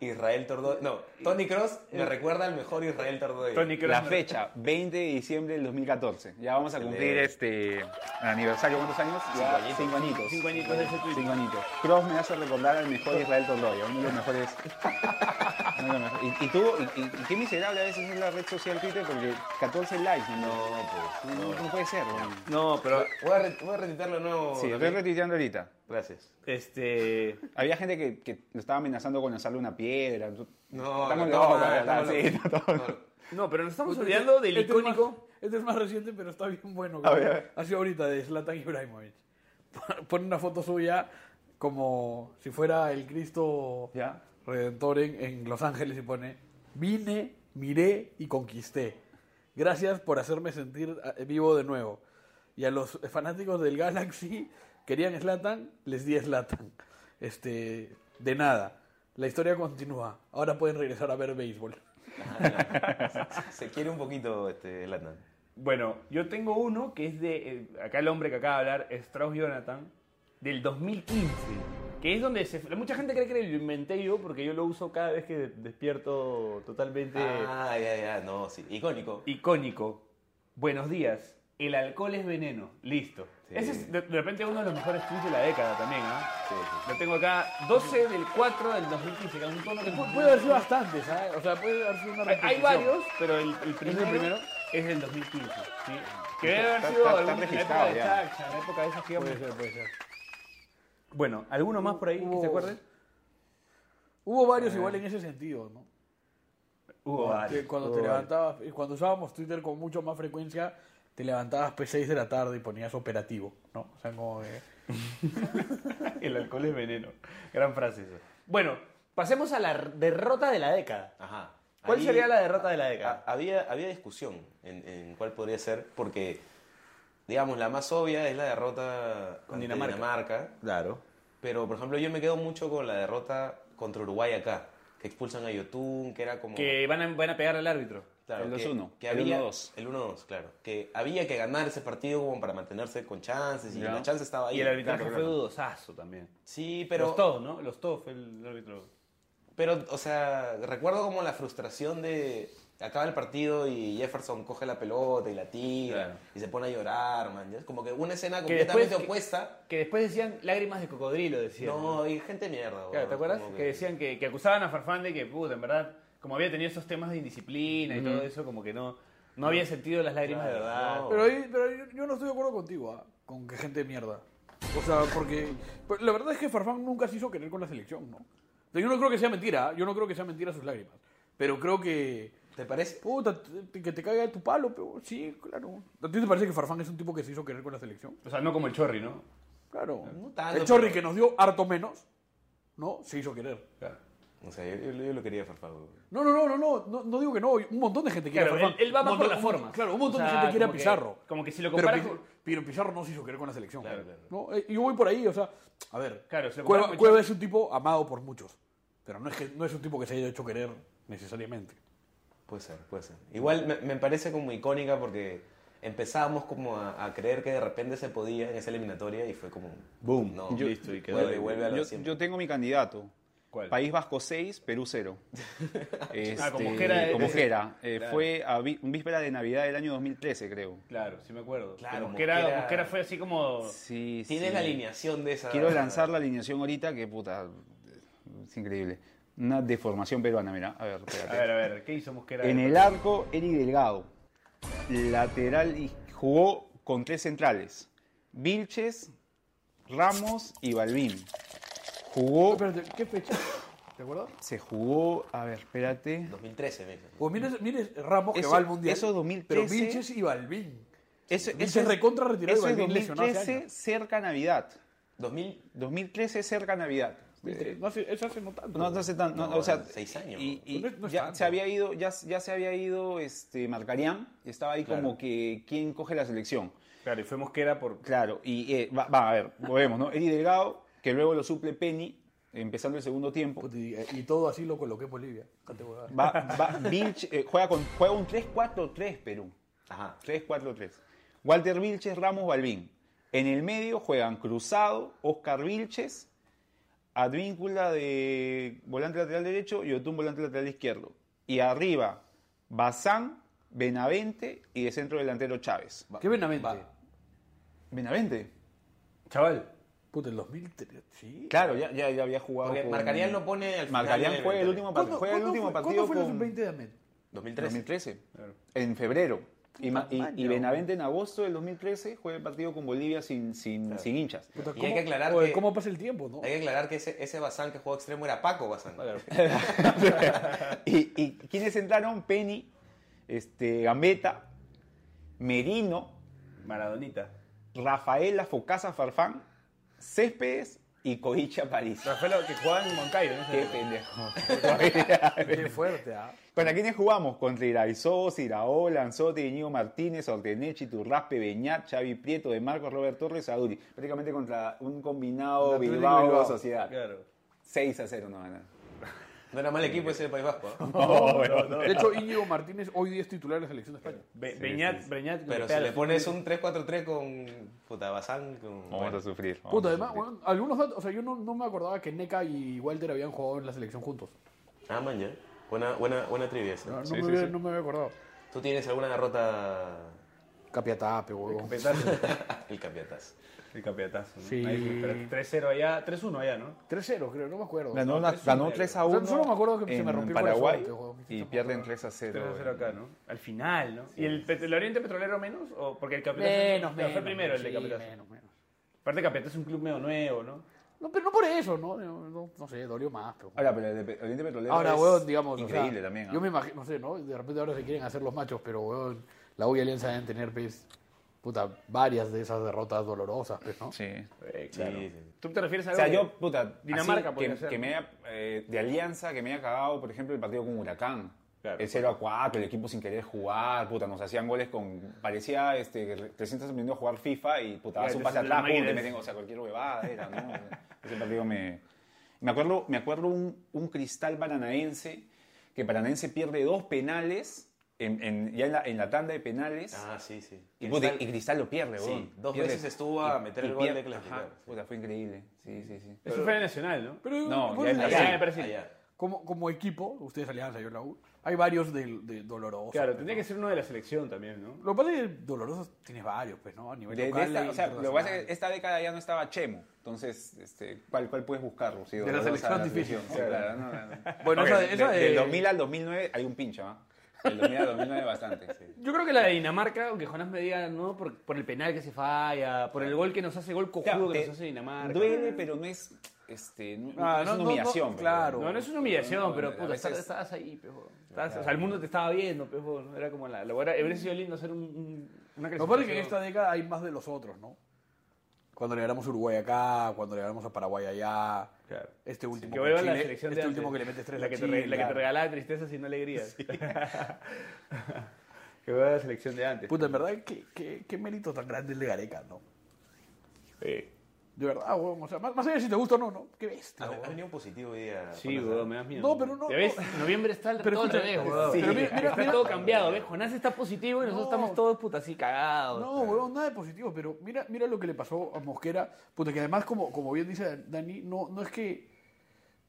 Israel Tordó. No, Tony Cross me recuerda al mejor Israel Tordó.
Tony Kroos.
La fecha, 20 de diciembre del 2014. Ya vamos a cumplir este aniversario. ¿Cuántos años? Ya, cinco añitos. Cinco añitos de ese tweet. Cinco añitos. Cross me hace recordar al mejor Israel Toldoy, a uno de los mejores. uno de los mejores. Y, y tú, y, y- y qué miserable a veces es la red social Twitter porque 14 likes. No, pues. No, no puede ser. weón.
No, pero
Voy a, re- voy a retuitearlo de nuevo.
Sí, estoy
David.
retuiteando ahorita.
Gracias.
este...
Había gente que, que lo estaba amenazando con lanzarle una piedra.
No,
estamos
no,
locos,
no,
la
no,
verdad,
no,
sí,
no.
estamos locos.
No, pero nos estamos
Este-
olvidando del
este es más-
icónico...
este es más reciente, pero está bien bueno.
A ver, a ver.
Ha sido ahorita de Zlatan Ibrahimovic. Pone una foto suya como si fuera el Cristo
Ya.
Redentor en, en Los Ángeles y pone, vine, miré y conquisté. Gracias por hacerme sentir eh, vivo de nuevo. Y a los fanáticos del Galaxy querían Slatan, les di Slatan. Este, de nada. La historia continúa. Ahora pueden regresar a ver béisbol.
Se quiere un poquito este Latan.
Bueno, yo tengo uno que es de. eh, acá el hombre que acaba de hablar, Strauss Jonathan, del 2015. Que es donde se. Mucha gente cree que lo inventé yo porque yo lo uso cada vez que despierto totalmente
Ah, ya, ya, no, sí. Icónico.
icónico. Buenos días. El alcohol es veneno. Listo.
Sí.
Ese es de, de repente uno de los mejores tweets de la década también, ¿ah?
Sí, sí.
Lo tengo acá, 12 del 4 del 2015, que es un tono que...
Pu- Puede haber sido bastantes, ¿sabes? O sea, puede haber sido una
Hay- Hay
repetición.
varios, pero el, el primero,
primero?
es del 2015. ¿sí? Que debe haber
Está-
sido
está- está
alguna
registrado
época de
ya.
Chacha, la época de esas que íbamos-
Puede ser, puede ser.
Bueno, ¿alguno más por ahí que se
Hubo-
acuerden?
Hubo varios igual en ese sentido, ¿no?
Hubo
Que cuando te levantabas, y cuando usábamos Twitter con mucho más frecuencia, te levantabas P6 de la tarde y ponías operativo, ¿no? O sea, como de...
El alcohol es veneno. Gran frase eso. Bueno, pasemos a la r- derrota de la década.
Ajá.
¿Cuál
Ahí-
sería la derrota de la
Ha-
década?
Había, había discusión en, en cuál podría ser, porque, digamos, la más obvia es la derrota
Con
ante
Dinamarca.
Claro. Pero, por ejemplo, yo me quedo mucho con la derrota contra Uruguay acá, que expulsan a Yotun, que era como...
Que van a, van a pegar al árbitro.
claro,
el
que-
2-1,
Que
el
había,
1-2.
El 1-2, claro. Que había que ganar ese partido como para mantenerse con chances, y
Ya.
la chance estaba ahí.
Y el arbitraje
Claro,
fue
claro.
dudosazo también.
Sí, pero...
Los todos, ¿no? Los todos fue el árbitro.
Pero, o sea, recuerdo como la frustración de. Acaba el partido y Jefferson coge la pelota y la tira
Claro.
y se pone a llorar, man. Ya Es como que una escena
Que después-
completamente
que-
opuesta.
Que después decían lágrimas de cocodrilo, decían.
No, y gente mierda,
Claro,
weón.
¿te acuerdas?
Como
Que decían que, que acusaban a Farfán de que, puta, en verdad, como había tenido esos temas de indisciplina y todo eso, como que no, no había sentido las lágrimas de
Claro,
verdad.
no.
Pero, ahí- pero yo, yo no estoy de acuerdo contigo, ¿ah? con que gente de mierda. O sea, porque pero la verdad es que Farfán nunca se hizo querer con la selección, ¿no? O sea, Yo no creo que sea mentira, ¿ah? yo no creo que sea mentira sus lágrimas. Pero creo que...
¿Te parece?
Puta, te- que te caiga de tu palo, pero sí, claro. ¿A ti te parece que Farfán es un tipo que se hizo querer con la selección?
O sea, no como el chorri, ¿no?
Claro.
No tanto,
el Chorri
pero-
que nos dio harto menos, ¿no? Se hizo querer.
O sea, yo, yo- yo lo quería farfar, weón.
No, no, no, no, no, no, no digo que no. Un montón de gente quiere
Claro,
a
él,
Farfán.
él va
Un
más por
montón-
las
un-
formas.
Claro, un montón
O
de
sea,
gente quiere a
como que-
Pizarro.
como que si lo
Pero,
comparas
Pi-
con-
pero Pizarro no se hizo querer con la selección.
Claro, claro.
¿no? Eh, Yo voy por ahí, o sea, a ver.
Claro, se lo
Cueva,
compara con
Cueva es un tipo amado por muchos. Pero no es, que, no es un tipo que se haya hecho querer necesariamente.
Puede ser, puede ser. Igual me, me parece como icónica porque empezábamos como a, a creer que de repente se podía en esa eliminatoria y fue como. ¡Boom! No,
Yo-
listo, y quedó. Vuelve, vuelve a lo
yo,
de siempre.
yo tengo mi candidato.
¿Cuál?
País Vasco 6, Perú 0.
Ah, como Ojera, eh,
como
eh,
Ojera. Eh, Fue a vi- víspera de Navidad del año 2013, creo.
Claro, sí me acuerdo.
Claro,
Pero Mosquera,
Mosquera-
Mosquera fue así como...
Sí,
Tienes la alineación de esa.
Quiero lanzar la alineación ahorita, que puta, es increíble. Una deformación peruana, mira. A ver,
A
espérate.
ver, a ver, ¿qué hizo Mosquera?
En el arco, Eric Delgado. Lateral y jugó con tres centrales. Vilches, Ramos y Balbín. Jugó,
Espérate, ¿qué fecha? ¿Te acuerdas?
se jugó, a ver, espérate.
2013, me dijo.
Pues mires, mires Ramos que
Eso-
va al Mundial.
eso 2013.
Pero Vilches y Balvin.
Eso,
Vilches recontra retirado y
eso es
Balvin lesionado hace
2013 cerca a Navidad.
2000.
2013 cerca a Navidad.
¿Viste? No hace, eso hace Eh, no tanto.
No, no sé tan- no, o sea,
seis años.
Y, y
No es- no es
ya
tanto.
se había ido, ya, ya se había ido este, Marcarián, y estaba ahí como que quién coge la selección.
Claro, y fue Mosquera por.
Claro, y eh, va, va, a ver, volvemos, ¿no? Eddie Delgado, que luego lo suple Penny, empezando el segundo tiempo.
Puta, y, y todo así lo coloqué en Bolivia. Cante huevada.
Va, va, Vilch, eh, juega, con, juega un 3-4-3 Perú.
Ajá.
3-4-3. Walter Vilches, Ramos, Balbín. En el medio juegan Cruzado, Oscar Vilches, Advíncula de volante lateral derecho y Otún volante lateral izquierdo. Y arriba, Bazán, Benavente y de centro delantero Chávez.
¿Qué Benavente?
¿Benavente?
Chaval. Puta, el 2003. Sí.
Claro, ya, ya, ya había jugado.
Porque
con-
Marcarián lo pone al final.
Marcarián
del-
juega el último, part-
¿Cuándo-
juega el
cuándo
último
fue-
partido
¿Cuándo fue la
con-
sub-20 de Ahmed?
2013.
2013, en febrero. Y, ma- y- y Benavente en agosto del 2013 juega el partido con Bolivia sin, sin, sin hinchas.
Puta,
Y hay que aclarar
oye,
que-
¿Cómo pasa el tiempo, no?
Hay que aclarar que ese, ese Bazán que jugó extremo era Paco Bazán.
y, y quienes entraron, Penny, este, Gambetta, Merino,
Maradonita.
Rafael La Focasa Farfán, Céspedes y Coicha París.
Rafael, que jugaba en Moncairo, ¿no?
Qué pendejo.
Qué fuerte, ¿ah?
¿Contra quiénes jugamos? Contra Iraizó, Iraola, Anzote, Iñigo Martínez, Ortenechi, Turraspe, Beñat, Xavi Prieto, De Marcos, Robert Torres, Aduri. Prácticamente contra un combinado
Atlético
Bilbao,
Bilbao.
Sociedad.
Claro.
6 a 0 no ganan.
No era mal equipo ese de País Vasco. ¿ah?
Oh,
De hecho, Íñigo Martínez hoy día es titular de la selección de España.
Be- Beñat, Beñat le
Pero
pega
si le
los-
pones un 3-4-3 con puta Bazán, con.
Vamos a sufrir. vamos
Puta,
a
además,
sufrir.
weón, algunos datos. O sea, yo no, no me acordaba que Neca y Walter habían jugado en la selección juntos.
Ah, man, ya. Buena, buena, buena trivia esa.
No, no me, había, no me había acordado.
¿Tú tienes alguna derrota?
Capiatape, huevón.
El campeonatas.
El campeonatazo. ¿no?
Sí.
Ahí fue, pero 3-0 allá, 3-1 allá, ¿no?
3-0, creo, no me acuerdo.
Ganó, una- ganó 3 a
O sea,
1
solo me acuerdo que se
en
me rompió el
Paraguay
corazón, weón.
y pierden 3 a 0.
3-0 acá, ¿no? Al final, ¿no? ¿Y el, pet- el Oriente Petrolero menos? ¿O porque el campeonato
Menos,
no,
menos.
Fue primero el
sí,
de campeonato.
menos, menos.
Aparte, campeonato es un club medio nuevo, ¿no?
No, pero no por eso, ¿no? No, no- no sé, dolió más. Pero...
Ahora, pero el de Pe- Oriente Petrolero
Ahora,
es
weón, digamos. o sea,
increíble también. ¿ah?
Yo me imagino, no sé, ¿no? De repente ahora se quieren hacer los machos, pero, weón, la U y Alianza deben tener, pues, puta, varias de esas derrotas dolorosas, pues, ¿no?
Sí.
Sí, sí.
Eh, ¿Tú te refieres a
O
algo
sea,
que-
yo, puta,
Dinamarca
así,
podría
que,
ser.
que me haya, eh, de alianza que me haya cagado, por ejemplo, el partido con Huracán.
Claro.
el 0 a 4, el equipo sin querer jugar, puta, nos hacían goles con. Parecía este, que re- recién estás aprendiendo a jugar FIFA y
Ya,
puta, vas un
entonces
pase
la
atrás, pum,
máquina
te
es-
meten, o sea, cualquier huevada era, ¿no? Ese partido me. Me acuerdo, me acuerdo un, un cristal paranaense, que Paranaense pierde dos penales, en, en- ya en la, en la tanda de penales,
Ah, sí, sí.
y, puta, y cristal lo pierde,
Sí,
weón.
dos
Pierde.
veces estuvo a
Y-
meter
y
el gol
pierde-
de clasificar.
ajá, puta, fue increíble. Sí, sí, sí.
Eso fue en el Nacional, ¿no?
Pero,
No,
vos
ya en
decís,
Brasil.
Ah, en Brasil.
Allá.
como, como equipo, ustedes Alianza, yo la U, hay varios de, de dolorosos.
Claro,
pues,
tendría
¿no?
que ser uno de la selección también, ¿no?
Lo que pasa es que dolorosos tienes varios, pues, ¿no? A nivel
De- de
local.
esta-
e
o sea, lo que pasa es
internacional.
que esta década ya no estaba Chemo. Entonces, este, ¿cuál, ¿cuál puedes buscarlo? Sí,
la
Dolorosa,
selección
la
difícil.
selección, sí, claro, no, no, no.
Bueno,
Ok,
esa de-
de-
esa de-
Del 2000 al 2009 hay un pincho, ¿ah? Del 2000 al 2009 bastante.
Yo creo que la de Dinamarca, aunque Jonás me diga, no, por, por el penal que se falla, por el gol que nos hace gol cojudo
Claro,
que
te-
nos hace Dinamarca.
Duele, pero no es, este, no, no es
Ah, no,
una
no, no,
humillación. pero-
claro.
No, no es una humillación,
No,
pero
no,
puta,
a veces-
estabas, estabas ahí, pejo. Estabas- O sea, el mundo te estaba viendo, pejo. ¿no? Era como la. la era, hubiera sido lindo hacer un, un- una
Lo que pasa es que en esta década hay más de los otros, ¿no? Cuando le ganamos a Uruguay acá, cuando le ganamos a Paraguay allá.
Claro.
Este último.
Que
con
vuelva la
Chile,
selección de
Este
antes.
último que le metes tres
la
a
que, te,
Chile,
re- la que te
claro.
regalaba tristezas y no alegrías. que vuelva la selección de antes.
Puta, en verdad, ¿qué, qué, qué mérito tan grande el de Gareca, ¿no? De verdad, weón. O sea, más, más allá de si te gusta o no, ¿no? Qué bestia,
Ha ha
weón.
venido positivo hoy día.
Sí,
Jonás.
weón, me das miedo.
No, pero no,
¿Ya ves?
no.
En Noviembre está el,
Pero
todo al
escucha,
revés, weón.
sí, pero mira, mira,
está
mira.
todo cambiado, ¿ves? Jonás está positivo y nosotros
No.
estamos todos puta así cagados.
No, weón, nada de positivo, pero mira, mira lo que le pasó a Mosquera. Puta, que además, como, como bien dice Dani, no, no es que.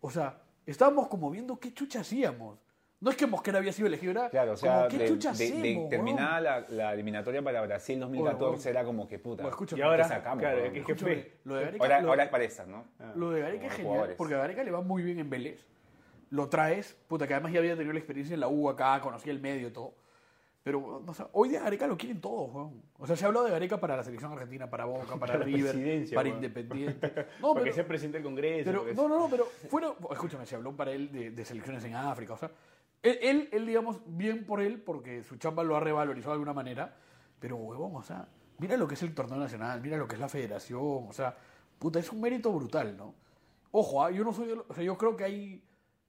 O sea, estábamos como viendo qué chucha hacíamos. No es que Mosquera había sido elegido, era
Claro, o sea,
como qué
de,
chucha
de- de
hacemos. weón?
terminada la, la eliminatoria para Brasil 2014 era como que puta.
Bueno, escucha,
Y
¿qué
ahora,
sacamos,
claro,
weón?
es que
Escúchame,
fue.
lo de Ah. Gareca,
Ahora,
lo-
ahora es para estas, ¿no?
Lo de Gareca
Ah, Como
es genial,
jugadores.
porque a Gareca le va muy bien en Vélez. Lo traes, puta, que además ya había tenido la experiencia en la U acá, conocía el medio y todo. Pero weón, o sea, hoy de Gareca lo quieren todos, weón. O sea, se ha hablado de Gareca para la selección argentina, para Boca, para, River,
presidencia,
para
weón.
Independiente. No,
Porque
pero,
sea presidente del Congreso.
pero-
porque
no, no, no, pero fuera, escúchame, se habló para él de, de selecciones en África, o sea, él, él, él, digamos, bien por él, porque su chamba lo ha revalorizado de alguna manera, pero huevón, o sea, mira lo que es el torneo nacional, mira lo que es la federación, o sea, puta, es un mérito brutal, ¿no? Ojo, ah, yo no soy. de lo- O sea, yo creo que hay,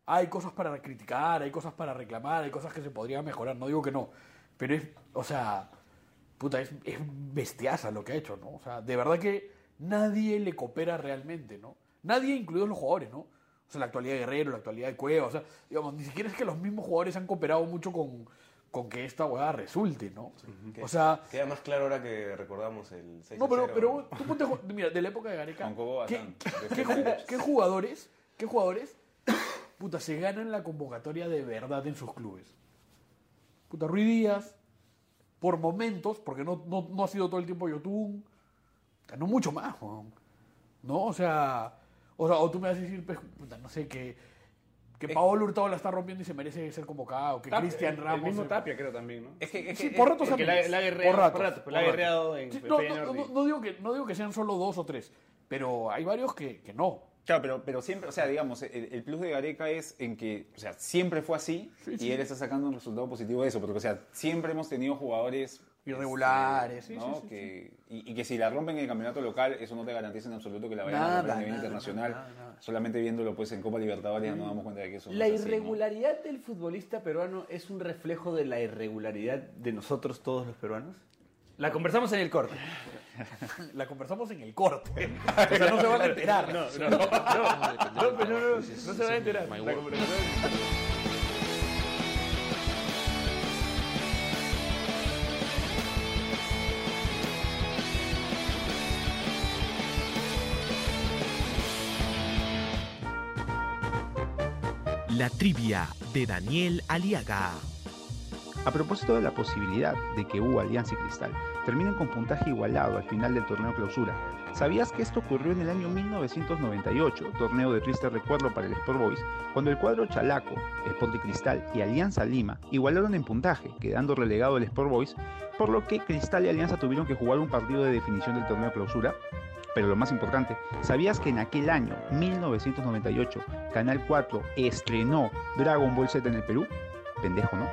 hay cosas para criticar, hay cosas para reclamar, hay cosas que se podrían mejorar. No digo que no. Pero es. O sea. Puta, es, es bestiaza lo que ha hecho, ¿no? O sea, de verdad que nadie le coopera realmente, ¿no? Nadie, incluidos los jugadores, ¿no? O sea, la actualidad de Guerrero, la actualidad de Cueva, o sea, digamos, ni siquiera es que los mismos jugadores han cooperado mucho con, con que esta hueá resulte, ¿no? O sea,
Queda más claro ahora que recordamos el 6
no, pero, pero tú ponte a ju- mira, de la época de Gareca,
Con Cobo
¿qué,
Bazán.
qué ju- qué jugadores, qué jugadores, puta, se ganan la convocatoria de verdad en sus clubes? Puta, Rui Díaz, por momentos, porque no, no, no ha sido todo el tiempo Yotun, puta, no mucho más, weón. ¿no? O sea, o sea, o tú me vas a decir, pues, puta, no sé, que, que Paolo Hurtado la está rompiendo y se merece ser convocado, que Cristian Ramos...
Eh, El mismo Tapia, creo también, ¿no?
Es que, es
Sí,
que-
por ratos
Porque
a mí.
la- la ha guerreado-
eh. Por ratos,
por ratos, pues,
por
la ha
ratos.
guerreado en
Sí, no, no,
Feyenoord
no,
y-
no digo que, no digo que sean solo dos o tres, pero hay varios que, que no.
Claro, pero, pero siempre, o sea, digamos, el, el plus de Gareca es en que, o sea, siempre fue así y él está sacando un resultado positivo de eso, porque, o sea, siempre hemos tenido jugadores
Irregulares,
este,
sí,
¿no?
sí, sí,
que, Y, y que si la rompen en el campeonato local, eso no te garantiza en absoluto que la vayan a
Nada,
romper a nivel
nada,
internacional.
nada, nada. Mm.
Solamente viéndolo, pues, en Copa Libertadores ya nos damos cuenta de que eso no
La
es así, ¿no?
irregularidad del futbolista peruano es un reflejo de la irregularidad de nosotros todos los peruanos. La conversamos en el corte.
La conversamos en el corte. O sea, no se van a enterar.
No, no, no. No, no, no, no, no se va a enterar.
My
La
work.
conversación-
La trivia de Daniel Aliaga.
A propósito de la posibilidad de que U, Alianza y Cristal terminen con puntaje igualado al final del torneo clausura, ¿sabías que esto ocurrió en el año 1998, torneo de triste recuerdo para el Sport Boys, cuando el cuadro Chalaco, Sport de Cristal y Alianza Lima igualaron en puntaje, quedando relegado el Sport Boys, por lo que Cristal y Alianza tuvieron que jugar un partido de definición del torneo clausura? Pero lo más importante, ¿sabías que en aquel año, 1998, Canal 4 estrenó Dragon Ball Z en el Perú? Pendejo, ¿no?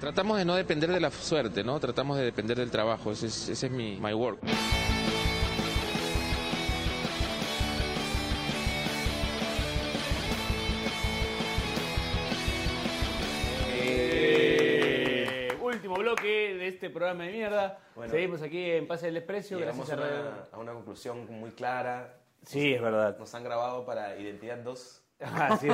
Tratamos de no depender de la suerte, ¿no? Tratamos de depender del trabajo. Ese es, ese es mi my work.
Eh, Último bloque de este programa de mierda.
Bueno.
Seguimos aquí en Pase del Desprecio.
Llegamos
Gracias
a
a
una, a una conclusión muy clara.
Sí, es verdad.
Nos han grabado para Identidad 2.
Ah, sí.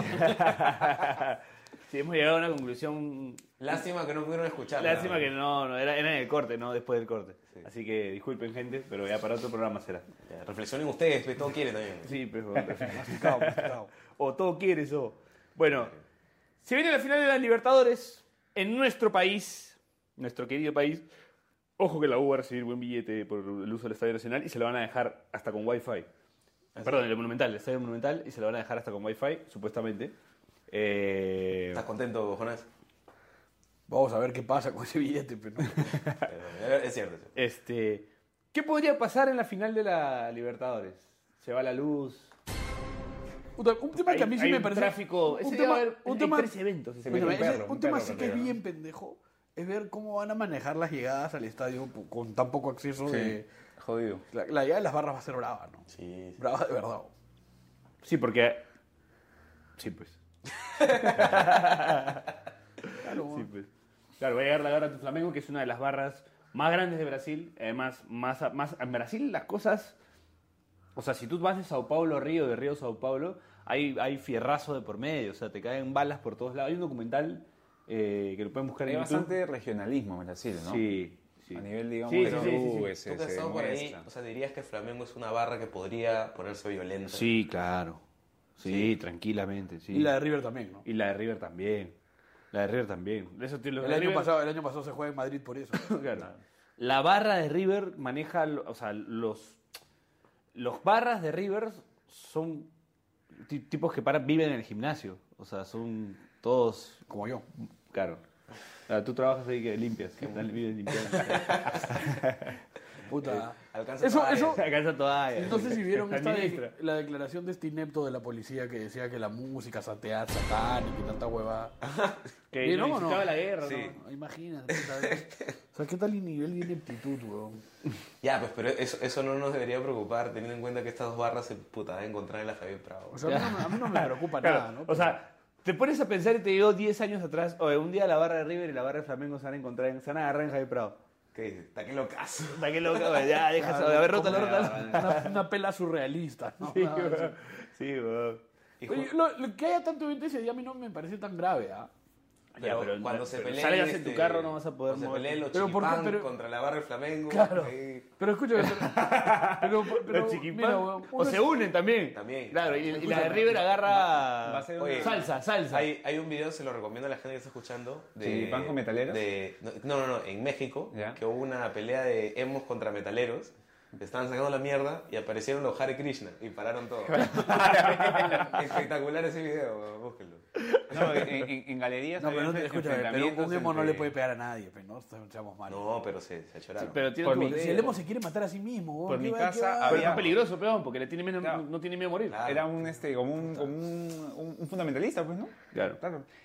Sí, hemos llegado a una conclusión.
Lástima que no pudieron escucharla.
Lástima que no, no era, era en el corte, no después del corte. Así que disculpen, gente, pero ya para otro programa será.
Ya, Eh, reflexionen ustedes, pues, todo quiere también.
Sí, pero. o todo quieres o. Bueno, se viene la final de las Libertadores en nuestro país, nuestro querido país. Ojo que la U va a recibir buen billete por el uso del Estadio Nacional y se lo van a dejar hasta con Wi-Fi. Perdón, el Monumental, el Estadio Monumental y se lo van a dejar hasta con Wi-Fi, supuestamente. Eh,
¿Estás contento, Jonás?
Vamos a ver qué pasa con ese billete, pero no.
Pero, eh, es cierto. es cierto.
Este, ¿Qué podría pasar en la final de la Libertadores? Se va la luz.
Puta, un tema que a mí
Hay-
sí
hay
me
un
parece.
tráfico.
Un
Ese día
tema,
va a haber-
un
hay
tema-
tres eventos ese
Escúchame,
día.
ese-
perro,
un
un
tema
perro
sí
que
que es
pega.
bien pendejo es ver cómo van a manejar las llegadas al estadio pu- con tan poco acceso de.
Jodido.
La, la llegada de las barras va a ser brava, ¿no?
Sí, sí.
Brava de verdad.
Sí, porque. Sí, pues.
Claro,
Sí, pues. Claro, va a llegar la garra de Flamengo, que es una de las barras más grandes de Brasil. Además, más, a- más, en Brasil las cosas. O sea, si tú vas de Sao Paulo a Río, de Río a Sao Paulo, hay, hay fierrazo de por medio. O sea, te caen balas por todos lados. Hay un documental eh, que lo pueden buscar
Hay
en YouTube.
bastante regionalismo en Brasil, ¿no?
Sí, sí.
A nivel, digamos,
Sí,
de
sí, sí, sí, sí.
clubes,
Tú
se-
que has
se
estado por ahí,
demuestra.
o sea, dirías que Flamengo es una barra que podría ponerse violenta.
Sí, claro. Sí, tranquilamente, sí.
Y la de River también, ¿no?
Y la de River también. La de River también. Eso tiene- los
El
de
año,
River-
pasado, el año pasado se juega en Madrid por eso.
Claro. La barra de River maneja, lo- o sea, los los barras de River son ti- tipos que paran- viven en el gimnasio, o sea, son todos,
Como yo.
claro. Ah, tú trabajas ahí que limpias, que están- viven limpiando.
Puta.
Alcanza
Eso,
todavía.
eso.
Alcanza toalla.
Eh, No sé si vieron esta de-
Administra.
la declaración de este inepto de la policía que decía que la música satea satán y que tanta hueva.
Ah, Que
¿Vieron
no,
o no?
incitaba a la guerra,
Sí.
¿no?
Imagínate. puta. o sea, ¿qué tal el nivel de ineptitud, weón?
Ya, pues, pero eso, eso no nos debería preocupar, teniendo en cuenta que estas dos barras se puta van a encontrar en la Javier Prado.
O sea, a mí, no, me- a mí no me preocupa
Claro,
nada, ¿no?
O sea, te pones a pensar y te digo 10 años atrás, oye, un día la barra de River y la barra de Flamengo se van a encontrar, en, se van a agarrar en Javier Prado.
¿Qué dices? Está que locazo.
Está que loca, güey, ya, deja eso, a ver, rótalo, rótalo.
una, una pela surrealista, ¿no?
Ah, Sí,
Nada,
güey.
sí.
Sí, güey.
Y ju-
Oye, lo, lo que haya tanto evento ese día a mí no me parece tan grave, ¿ah?
pero
pero
cuando
no-
se
pero
peleen. este,
salgas en tu carro no vas a poder
cuando se
moverte.
peleen los
Pero ¿por qué?
Chiquipán
Pero-
contra la barra del Flamengo.
Claro.
ahí
Pero escúchame, pero. pero, pero
Los chiquipán.
mira, weón,
o
uno
se
es-
unen también.
También.
Claro, y, y la de
Escúchame.
River agarra
va a ser
Oye,
salsa, salsa.
Hay, hay un video, se lo recomiendo a la gente que está escuchando. De,
¿Chiquipán con metaleros?
de- no, no, no, en México,
Ya.
que hubo una pelea de emos contra metaleros. que Estaban sacando la mierda y aparecieron los Hare Krishna y pararon todo. Espectacular ese video, búsquenlo.
No, en, en- en galerías.
No, pero no te
había
escúchame, pero
enfrentamientos
un emo no
entre-
le puede pegar a nadie, pero no seamos malos.
No, pero se, se choraron.
pero tiene
por
tu
mi-
botella.
si el emo se quiere matar a sí mismo, weón,
Por
¿qué
mi
va- qué
casa
va?
Pero
había-
es más peligroso, peón, porque le tiene menos,
Claro.
no tiene miedo a morir.
Claro.
Era un, este, como un, como un, un- un fundamentalista, pues, ¿no?
Claro.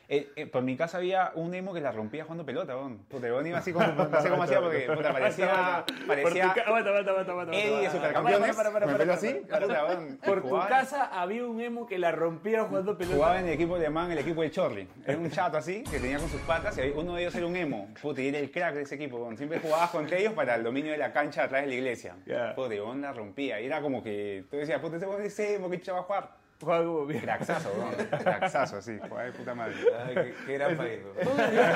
Eh, eh, por mi casa había un emo que la rompía jugando pelota, weón. Puta, weón iba así como, no sé cómo hacía porque puta, parecía, parecía
Aguanta, aguanta, aguanta, aguanta.
Eddie de Supercampeones. Me peló así. puta, weón.
Por tu
Jugaba-
casa había un emo que la rompía jugando pelota.
Jugaba en el equipo alemán, el equipo del Chorri. Era un chato así, que tenía con sus patas, y ahí uno de ellos era un emo. Puta, y era el crack de ese equipo. weón. Siempre jugabas contra ellos para el dominio de la cancha atrás de la iglesia.
Ya.
Puta, y weón la rompía. Y era como que, tú decías, puta, ese weón es emo, ¿qué chucha va a jugar?
Jugaba como bien.
Craxazo, weón. Craxazo, así. Jugaba de puta madre.
Ay, qué, qué gran país. ¿no?
No debería,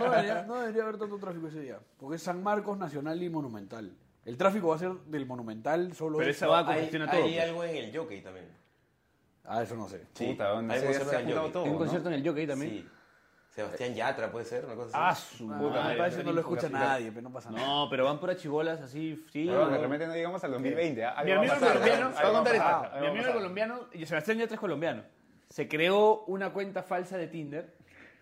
no debería- no debería haber tanto tráfico ese día. Porque es San Marcos Nacional y Monumental. El tráfico va a ser del Monumental solo.
Pero
es-
esa va a
Hay,
congestionar todo.
hay
pues.
algo en el jockey también.
Ah, eso no sé.
Puta, weón.
Hay
ese
un
día
concierto
se ha
en
juntado
Jockey.
todo,
Hay un
¿no?
concierto en el Jockey también.
Sí. Sebastián Yatra puede ser, una cosa así.
Ah, su
Ah,
puta
me
madre.
parece que no lo escucha nadie, pero no pasa nada.
No, pero van puras chibolas así, sí.
Weón, de
weón.
repente no llegamos al 2020. ¿ah? Algo
Mi
va a
amigo
pasar,
colombiano, te
weón.
voy a
Algo va
contar
a pasar,
esta. Mi
algo va a
amigo
pasar.
colombiano, y Sebastián Yatra es colombiano. Se creó una cuenta falsa de Tinder,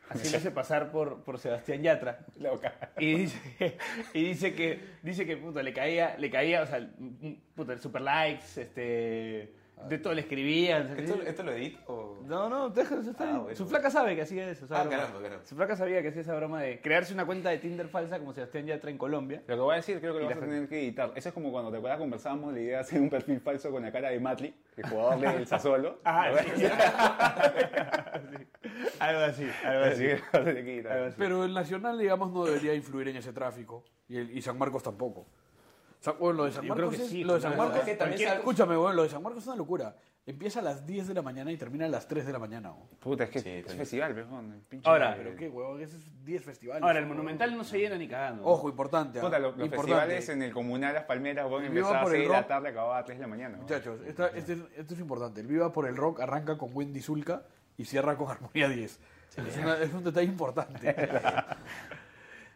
haciéndose pasar por, por Sebastián Yatra.
Loca.
Y dice, y dice que, dice que puta, le caía, le caía, o sea, mm, puta, super likes, este, de todo le escribían.
¿Esto, esto lo edito? o-
No, no, te dejas está
Ah,
bien.
bueno.
Su flaca sabe que hacía eso. esa
Ah,
broma.
caramba, caramba.
Su flaca sabía que hacía esa broma de crearse una cuenta de Tinder falsa como Sebastián Yatra en Colombia.
Lo que voy a decir creo que
Y
lo
la
vas a
gente.
tener que editar. Eso es como cuando te acuerdas conversábamos la idea de hacer un perfil falso con la cara de Matli, el jugador del Sassuolo.
Ah,
Lo voy a-
Algo así, algo
Así que lo vas a tener que editar.
Algo así.
Pero el Nacional, digamos, no debería influir en ese tráfico. Y, el- y San Marcos tampoco. Sa- bueno, lo de San
Yo creo
Marcos
que
es-
sí,
lo de
claro.
San Marcos-
Es que también
Cualquier-
se-
Escúchame, weón, lo de San Marcos es una locura. Empieza a las 10 de la mañana y termina a las 3 de la mañana. weón.
Puta, es que
Sí,
es
también.
festival, pejón.
Ahora,
Pero qué, weón, esos 10 festivales.
Ahora, el
weón.
Monumental no se llena ni cagando.
Ojo, importante. ¿ah?
Puta, lo- los,
Importante.
festivales en el Comunal Las Palmeras, bueno,
Viva
empezaba a
por el
6 de la
rock.
tarde, acababa a 3 de la mañana. weón.
Muchachos, esta- este, es- esto es importante. El Viva por el Rock arranca con Wendy Zulka y cierra con Armonía 10. Es, una- es un detalle importante.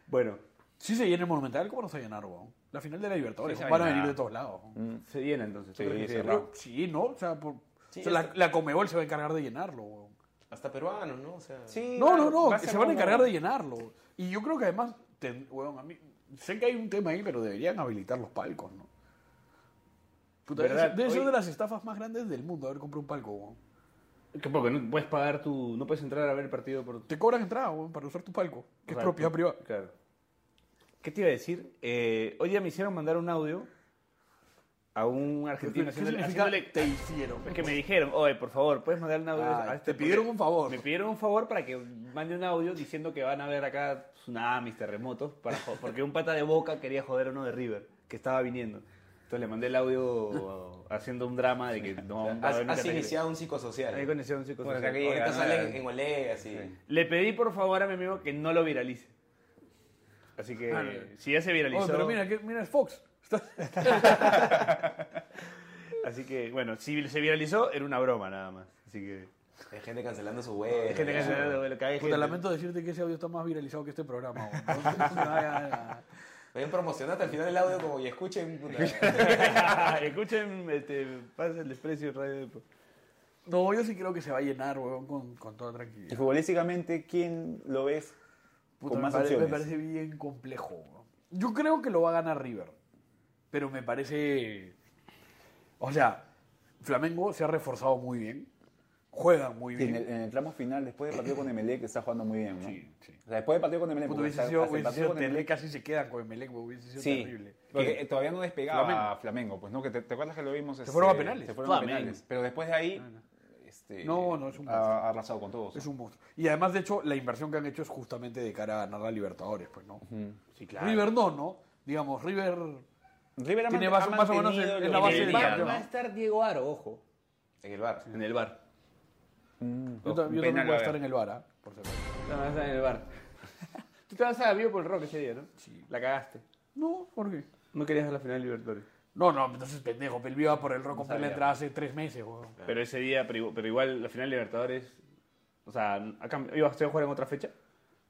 Bueno,
Si se llena el Monumental, ¿cómo no se va a llenar, weón? La final de la Libertadores.
Sí se va
van a
a
venir
llenar. Mm.
de todos lados.
Mm, se llena entonces. ¿Tú
Sí,
crees que se
cerrado.
llena?
Pero, sí, ¿no? O sea, por-
Sí,
o sea, la,
eso-
la Comebol se va a encargar de llenarlo, weón.
Hasta peruanos, ¿no? O sea,
Sí,
No,
claro,
no, no,
va a
que
ser
se van a
como-
encargar de llenarlo. Y yo creo que además, ten- weón, a mí, sé que hay un tema ahí, pero deberían habilitar los palcos, ¿no? Puta, debe
¿Verdad?
ser- debe ser
Hoy-
de las estafas más grandes del mundo haber comprado un palco, weón.
¿Qué poco? No puedes pagar tu... No puedes entrar a ver el partido por...
Te cobran entrada, weón, para usar tu palco, que es
Claro.
propiedad privada.
Claro. ¿Qué te iba a decir? Eh, hoy día me hicieron mandar un audio a un argentino haciéndole- haciéndole-
te hicieron?
Es que me dijeron, oye, por favor, puedes mandar un audio.
Ah,
a este-
te pidieron un favor. Oh,
Me pidieron un favor para que mande un audio diciendo que van a ver acá tsunamis, terremotos, para jo- porque un pata de boca quería joder a uno de River, que estaba viniendo. Entonces le mandé el audio haciendo un drama de que no, no va a
has,
haber nunca
has
sangre.
iniciado un
Hay
psicosocial.
conexión psicosocial.
Bueno, acá que
Ahorita
llega, ¿no?
salen en Olé, así.
Le pedí por favor a mi amigo que no lo viralice. Así que si ya se viralizó.
Oye, Oh, pero mira, que- mira, es Fox.
Así que, bueno, si se viralizó, era una broma nada más. Así que.
Hay gente cancelando su web.
Hay gente que se lo- lo que hay
Puta,
gente.
lamento decirte que ese audio está más viralizado que este programa. weón. No, ya, ya, ya.
Bien promocionaste al final del audio como y escuchen. puta.
Escuchen, este, pasa el desprecio de Radio Depor.
No, yo sí creo que se va a llenar, weón, con, con toda
Y
tranquilidad.
futbolísticamente, ¿quién lo ves
Puta,
con
me,
más
pare- me
opciones?
parece bien complejo. weón. Yo creo que lo va a ganar River. pero me parece. O sea, Flamengo se ha reforzado muy bien, juegan muy
Sí,
bien.
en, el, en el tramo final, después del partido con Emelec, está jugando muy bien, ¿no?
Sí, sí.
O sea, después del partido con Emelec,
Puta,
porque
hubiese
hasta-
sido,
hasta el
hubiese
partido
sido
con
terrible,
Emelec-
casi se quedan con Emelec, güey, hubiese sido
Sí,
terrible.
porque eh, todavía no despegaba
Flamengo.
Flamengo. pues no, que te, te acuerdas que lo vimos. este,
fueron a penales.
Se fueron a
Flamengo.
penales. Pero después de ahí, este,
No, no, es un
ha, ha arrasado con todos.
Es un monstruo. Y además, de hecho, la inversión que han hecho es justamente de cara a ganar la Libertadores, pues, ¿no?
Sí, claro.
River no, ¿no? Digamos, River.
River ha
Tiene
man-
base-
ha
más o menos
mantenido
en-
lo
en la
que
base del
tenía,
bar,
¿no?
¿no?
Va a estar Diego Aro, ojo. En el bar.
En el bar.
Mm. Yo, ta- yo
Penal,
también
a
voy a
ver.
estar en el VAR, ¿ah? por si acaso.
No, vas en el bar. Tú te vas a vivo por el rock ese día, ¿no?
Sí.
La cagaste.
No, ¿por qué?
No querías ver la final de Libertadores.
No, no, entonces pendejo. Pelviva por el rock compré la
sabía.
entrada hace tres meses, güey.
Pero ese día, pero, igu- pero igual la final de Libertadores. O sea, ha cambi- ¿ibas a jugar en otra fecha?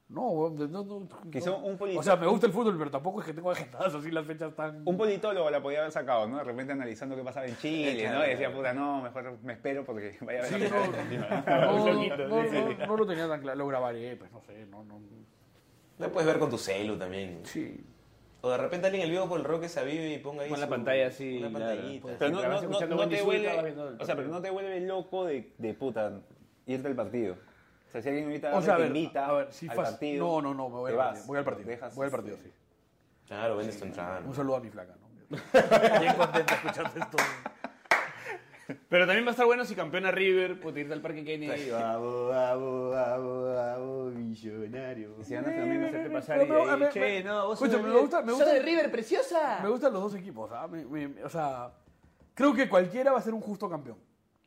No, güey, no, no, no.
Quizá un
O
polito-
sea, me gusta el fútbol, pero tampoco es que tengo agendadas así las fechas tan.
Un politólogo la podía haber sacado, ¿no? De repente analizando qué pasaba en Chile, ¿no? Y decía, puta, no, mejor me espero porque vaya a ver
Sí,
la
no,
final.
no, no, no, no, no lo tenía tan claro. Lo grabaré, pues no sé, no, no.
Lo puedes ver con tu celu también.
Sí.
O de repente alguien en el vivo por el rock que se avive y ponga ahí.
Con la
su-
pantalla así,
Una
claro.
pantallita.
Pero no,
Mientras vas
no-
escuchando
no- no
Wendy
te
Zulka, vas viendo el
vuelve, o sea,
partido.
pero no te vuelve loco de, de puta irte al partido. O sea, si alguien invita,
O sea, a
te
ver,
invita
a ver, si
al
fas-
partido.
no, no, no, me voy
te
al partido,
vas,
voy al partido,
dejas,
voy al partido,
este,
sí.
Claro, vendes tu entrada. ¿no?
Un saludo a mi flaca, ¿no? Bien contento de escucharte esto.
Pero también va a estar bueno si campeona River, puta, irte al Parque Kennedy. Vamos, vamos, vamos, vamos, millonario.
Y si ganas también no se
Hacerte
te
pasar y
Pero, pero, a
ahí,
ver,
che,
me-
no, vos sos
escúchame,
de
me
River.
gusta- me
¡Sos
gusta-
de River, preciosa!
Me gustan los dos equipos, ¿ah? Me- me- o sea, creo que cualquiera va a ser un justo campeón.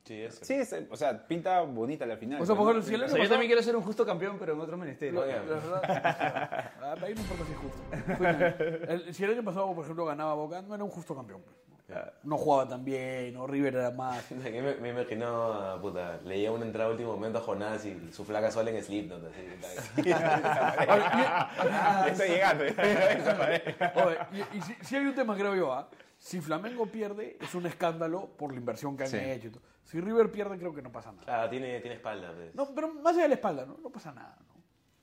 Sí, eso.
Sí, se- o sea, pinta bonita la final.
O sea,
¿no?
por ejemplo, si el
O
año
sea, yo
pasado-
también quiero ser un justo campeón, pero en otro menester.
La- la verdad, ah, ahí no importa si es justo. Escúchame, el- si el año pasado, por ejemplo, ganaba Boca, no era un justo campeón. pues. No jugaba tan bien, o River era más.
Aquí me, me imagino, ah, puta, leía una entrada a último momento a Jonás y su flaca sola en Slipknot. Así,
Estoy llegando.
Oye, y, y si, si hay un tema, creo yo, ¿ah? si Flamengo pierde, es un escándalo por la inversión que han hecho. y todo. Si River pierde, creo que no pasa nada.
claro, Ah, tiene, tiene espalda. pues.
No, pero más allá de la espalda, ¿no? No pasa nada, ¿no?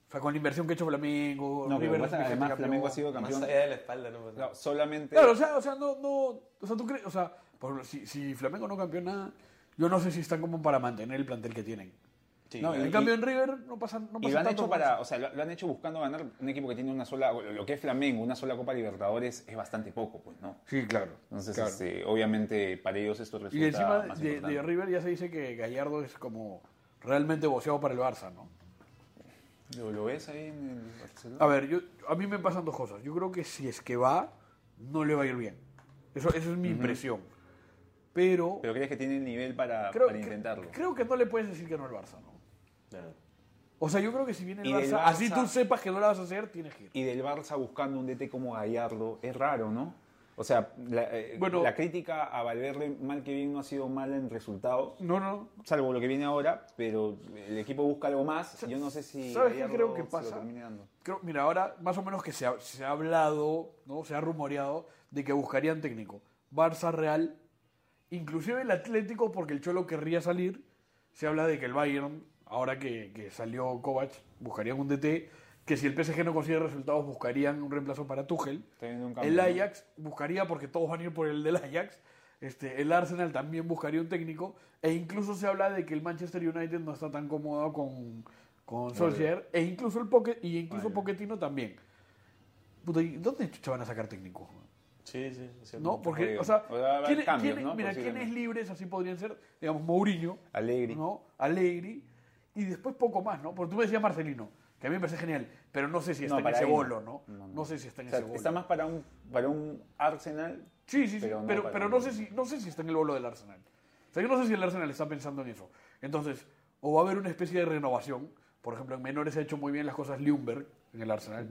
O sea, con la inversión que ha hecho Flamengo,
No,
River
pero pasa,
es
además
bicampeón.
Flamengo ha sido
Más
campeón.
allá de la espalda, no pasa nada.
No, solamente.
Claro, o sea, o sea, no, no. O sea, tú crees. O sea, por ejemplo, si, si Flamengo no campeona, yo no sé si están como para mantener el plantel que tienen.
Sí,
no,
En
y-
cambio, en River no pasa, no pasa
Y lo han
tanto pues.
hecho
por eso.
para, o sea, lo, lo han hecho buscando ganar un equipo que tiene una sola, lo que es Flamengo, una sola Copa Libertadores es bastante poco, pues, ¿no?
Sí, claro.
Entonces,
claro.
este, obviamente para ellos esto resulta
Y encima
Pues más
de,
importante.
de River ya se dice que Gallardo es como realmente boceado para el Barça, ¿no?
¿Lo, lo ves ahí en el Barcelona?
A ver, yo, a mí me pasan dos cosas. Yo creo que si es que va, no le va a ir bien. Eso, eso es mi impresión. Pero,
Pero crees que tiene el nivel para,
creo,
para
cre-
intentarlo.
creo que no le puedes decir que no al Barça, ¿no?
Claro.
O sea, yo creo que si viene el
Y del
Barça,
Barça-
así tú sepas que no la vas a hacer, tienes que ir.
Y del Barça buscando un DT como Gallardo, es raro, ¿no? O sea, la, eh,
Bueno-
la crítica a Valverde, mal que bien, no ha sido mala en resultados,
No, no.
salvo lo que viene ahora, pero el equipo busca algo más. Yo no sé si
¿Sabes qué
Gallardo
creo que
se lo
pasa?
termine dando.
Creo, mira, ahora más o menos que se ha, se ha hablado, ¿no? Se ha rumoreado de que buscarían técnico. Barça Real, inclusive el Atlético, porque el Cholo querría salir. Se habla de que el Bayern, ahora que, que salió Kovac, buscarían un DT. Que si el PSG no consigue resultados, buscarían un reemplazo para Tuchel.
Está viendo un cambio,
el
¿no?
Ajax buscaría, porque todos van a ir por el del Ajax. Este, el Arsenal también buscaría un técnico. E incluso se habla de que el Manchester United no está tan cómodo con, con Solskjaer. E incluso el Poque- y incluso Poquetino también. Puta, ¿y ¿Dónde chucha van a sacar técnicos?
Sí, sí. es cierto.
¿No? Porque,
Jodido.
o sea,
O sea, va a haber
¿quiénes-
cambios,
quiénes-
¿no?
mira,
Posiblemente.
¿quiénes libres así podrían ser? Digamos, Mourinho.
Allegri.
¿no? Allegri. Y después poco más, ¿no? Porque tú me decías Marcelino, que a mí me parece genial, pero no sé si está
No,
en
para
ese
ahí no.
bolo, ¿no?
No,
No,
no.
sé si está en
O sea,
ese bolo.
está más para un, para un Arsenal.
Sí, sí, sí, pero
Pero
no,
no
pero,
para
no,
mí.
sé si, no sé si está en el bolo del Arsenal. O sea, yo no sé si el Arsenal está pensando en eso. Entonces, o va a haber una especie de renovación. Por ejemplo, en menores ha hecho muy bien las cosas Ljungberg en el Arsenal.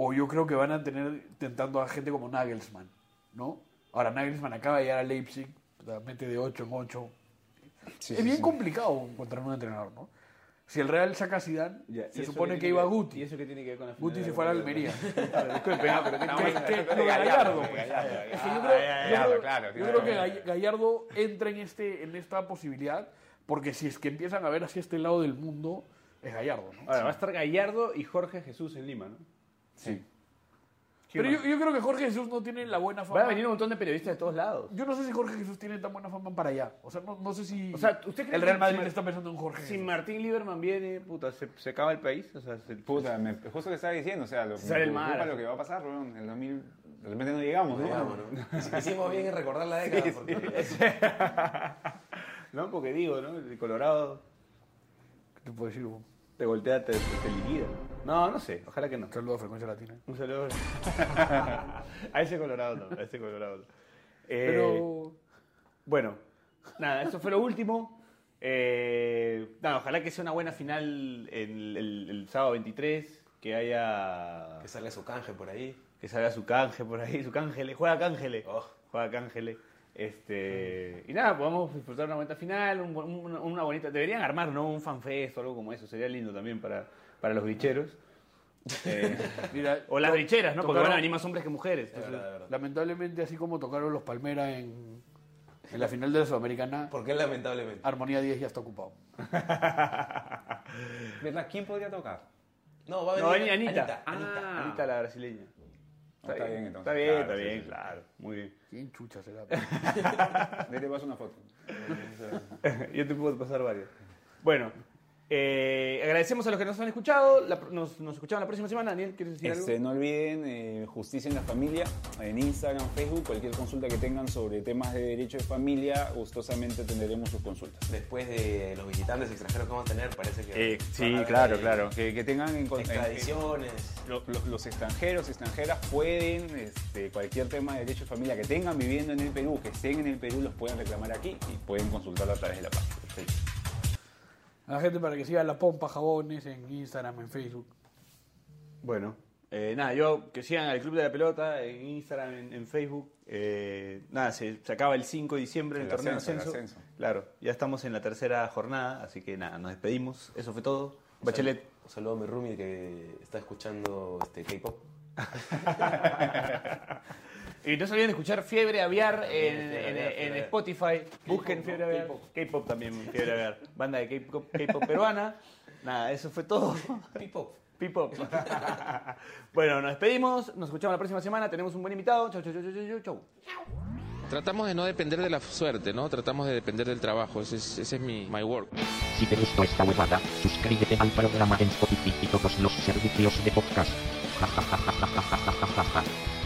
O yo creo que van a tener tentando a gente como Nagelsmann, ¿no? Ahora, Nagelsmann acaba de llegar a Leipzig, o sea, mete de 8 en 8. es bien complicado encontrar un entrenador, ¿no? Si el Real saca a Zidane,
Ya, ¿y
se
eso
supone
qué
que
tiene
iba
ver-
Guti.
¿Y eso qué tiene que ver con la final?
Guti se fue a la Almería.
Disculpe, no, pero
Que-
¿qué-
que- no, Gallardo, pues. Es
Ah,
que yo creo, yo creo- yo creo que Gall- Gallardo entra en, este, en esta posibilidad porque si es que empiezan a ver hacia este lado del mundo, es Gallardo, ¿no?
Ahora, va a estar Gallardo y Jorge Jesús en Lima, ¿no?
Sí.
Pero yo, yo creo que Jorge Jesús no tiene la buena fama.
Van a venir un montón de periodistas de todos lados.
Yo no sé si Jorge Jesús tiene tan buena fama para allá. O sea, no, no sé si.
O sea, ¿usted cree
el
que
Real
si
Madrid
Mar-
está pensando en Jorge.
Si
Jesús?
Martín Lieberman viene, puta, se, se acaba el país. O sea, se,
Puta, me, justo que estaba diciendo, o sea, lo,
sale el
me
mar,
preocupa
así.
lo que va a pasar, weón. En 2000, de repente no llegamos, ¿no?
Digamos, ¿no? Hicimos bien en recordar la década. porque-
No, porque digo, ¿no? El Colorado
Te puedo decir, un
te voltea, te, te liquida. No, no sé, ojalá que no.
saludo a Frecuencia Latina.
Un saludo. a ese Colorado no, a ese Colorado no. Eh,
Pero.
Bueno, nada, eso fue lo último. Eh, nada, ojalá que sea una buena final el, el- el sábado 23, que haya...
Que salga su canje por ahí.
Que salga su canje por ahí, su cángele, juega cángele.
Oh.
Juega cángele. Este, y nada, podamos disfrutar una buena final, un bu- un- una bonita... Deberían armar, ¿no? Un fanfest o algo como eso, sería lindo también para, para los bicheros. Eh,
Mira,
o las
to-
bicheras, ¿no? Porque
tocaron-
van a venir más hombres que mujeres.
La verdad, la verdad.
Lamentablemente, así como tocaron los Palmera en, en la final de la Sudamericana,
¿Por qué lamentablemente?
Ah,
Armonía 10 ya está ocupado.
¿Verdad? ¿Quién podría tocar?
No, va a
No,
venir
Ani- Anita.
Anita.
Ah, Anita la brasileña.
Está bien, entonces,
Está bien,
claro,
está
sí,
bien,
sí.
claro. Muy bien.
¿Quién chucha será?
Ahí te este paso una foto.
Yo te puedo pasar varios. Bueno, eh, agradecemos a los que nos han escuchado. La pr- nos, nos escuchamos la próxima semana. Daniel, ¿quieres decir
Este,
algo?
no olviden eh, Justicia en la Familia en Instagram, Facebook, cualquier consulta que tengan sobre temas de derecho de familia, gustosamente atenderemos sus consultas.
Después de los visitantes extranjeros que vamos a tener, parece que.
Eh,
van a
sí,
haber
claro,
ahí
claro. Que, que tengan en con- en-
Extradiciones.
lo- lo- los extranjeros, extranjeras pueden, este, cualquier tema de derecho de familia que tengan viviendo en el Perú, que estén en el Perú, los pueden reclamar aquí y pueden consultarlo a través de la página.
A la gente para que siga la pompa, jabones en Instagram, en Facebook.
Bueno, eh, nada, yo que sigan al Club de la Pelota en Instagram, en, en Facebook. Eh, nada, se, se acaba el 5 de diciembre el,
El
torneo de
ascenso, el
ascenso.
ascenso.
Claro, ya estamos en la tercera jornada, así que nada, nos despedimos. Eso fue todo. Bachelet.
Un saludo a mi roomie que está escuchando este K-pop.
Y no se olviden de escuchar Fiebre Aviar en,
Fiebre
en-
Aviar,
en
Fiebre
Spotify. Busquen
¿no?
Fiebre Aviar.
K-pop.
K-pop también, Fiebre Aviar. Banda de K-pop K-pop peruana. Nada, eso fue todo.
K-pop.
Pipop. bueno, nos despedimos. Nos escuchamos la próxima semana. Tenemos un buen invitado. Chau, chau, chau, chau, chau, chau.
Tratamos de no depender de la suerte, ¿no? Tratamos de depender del trabajo. Ese es, ese es mi my work.
Si te gustó esta huevada, suscríbete al programa en Spotify y todos los servicios de podcast. Ja, ja, ja, ja, ja, ja, ja, ja, ja, ja.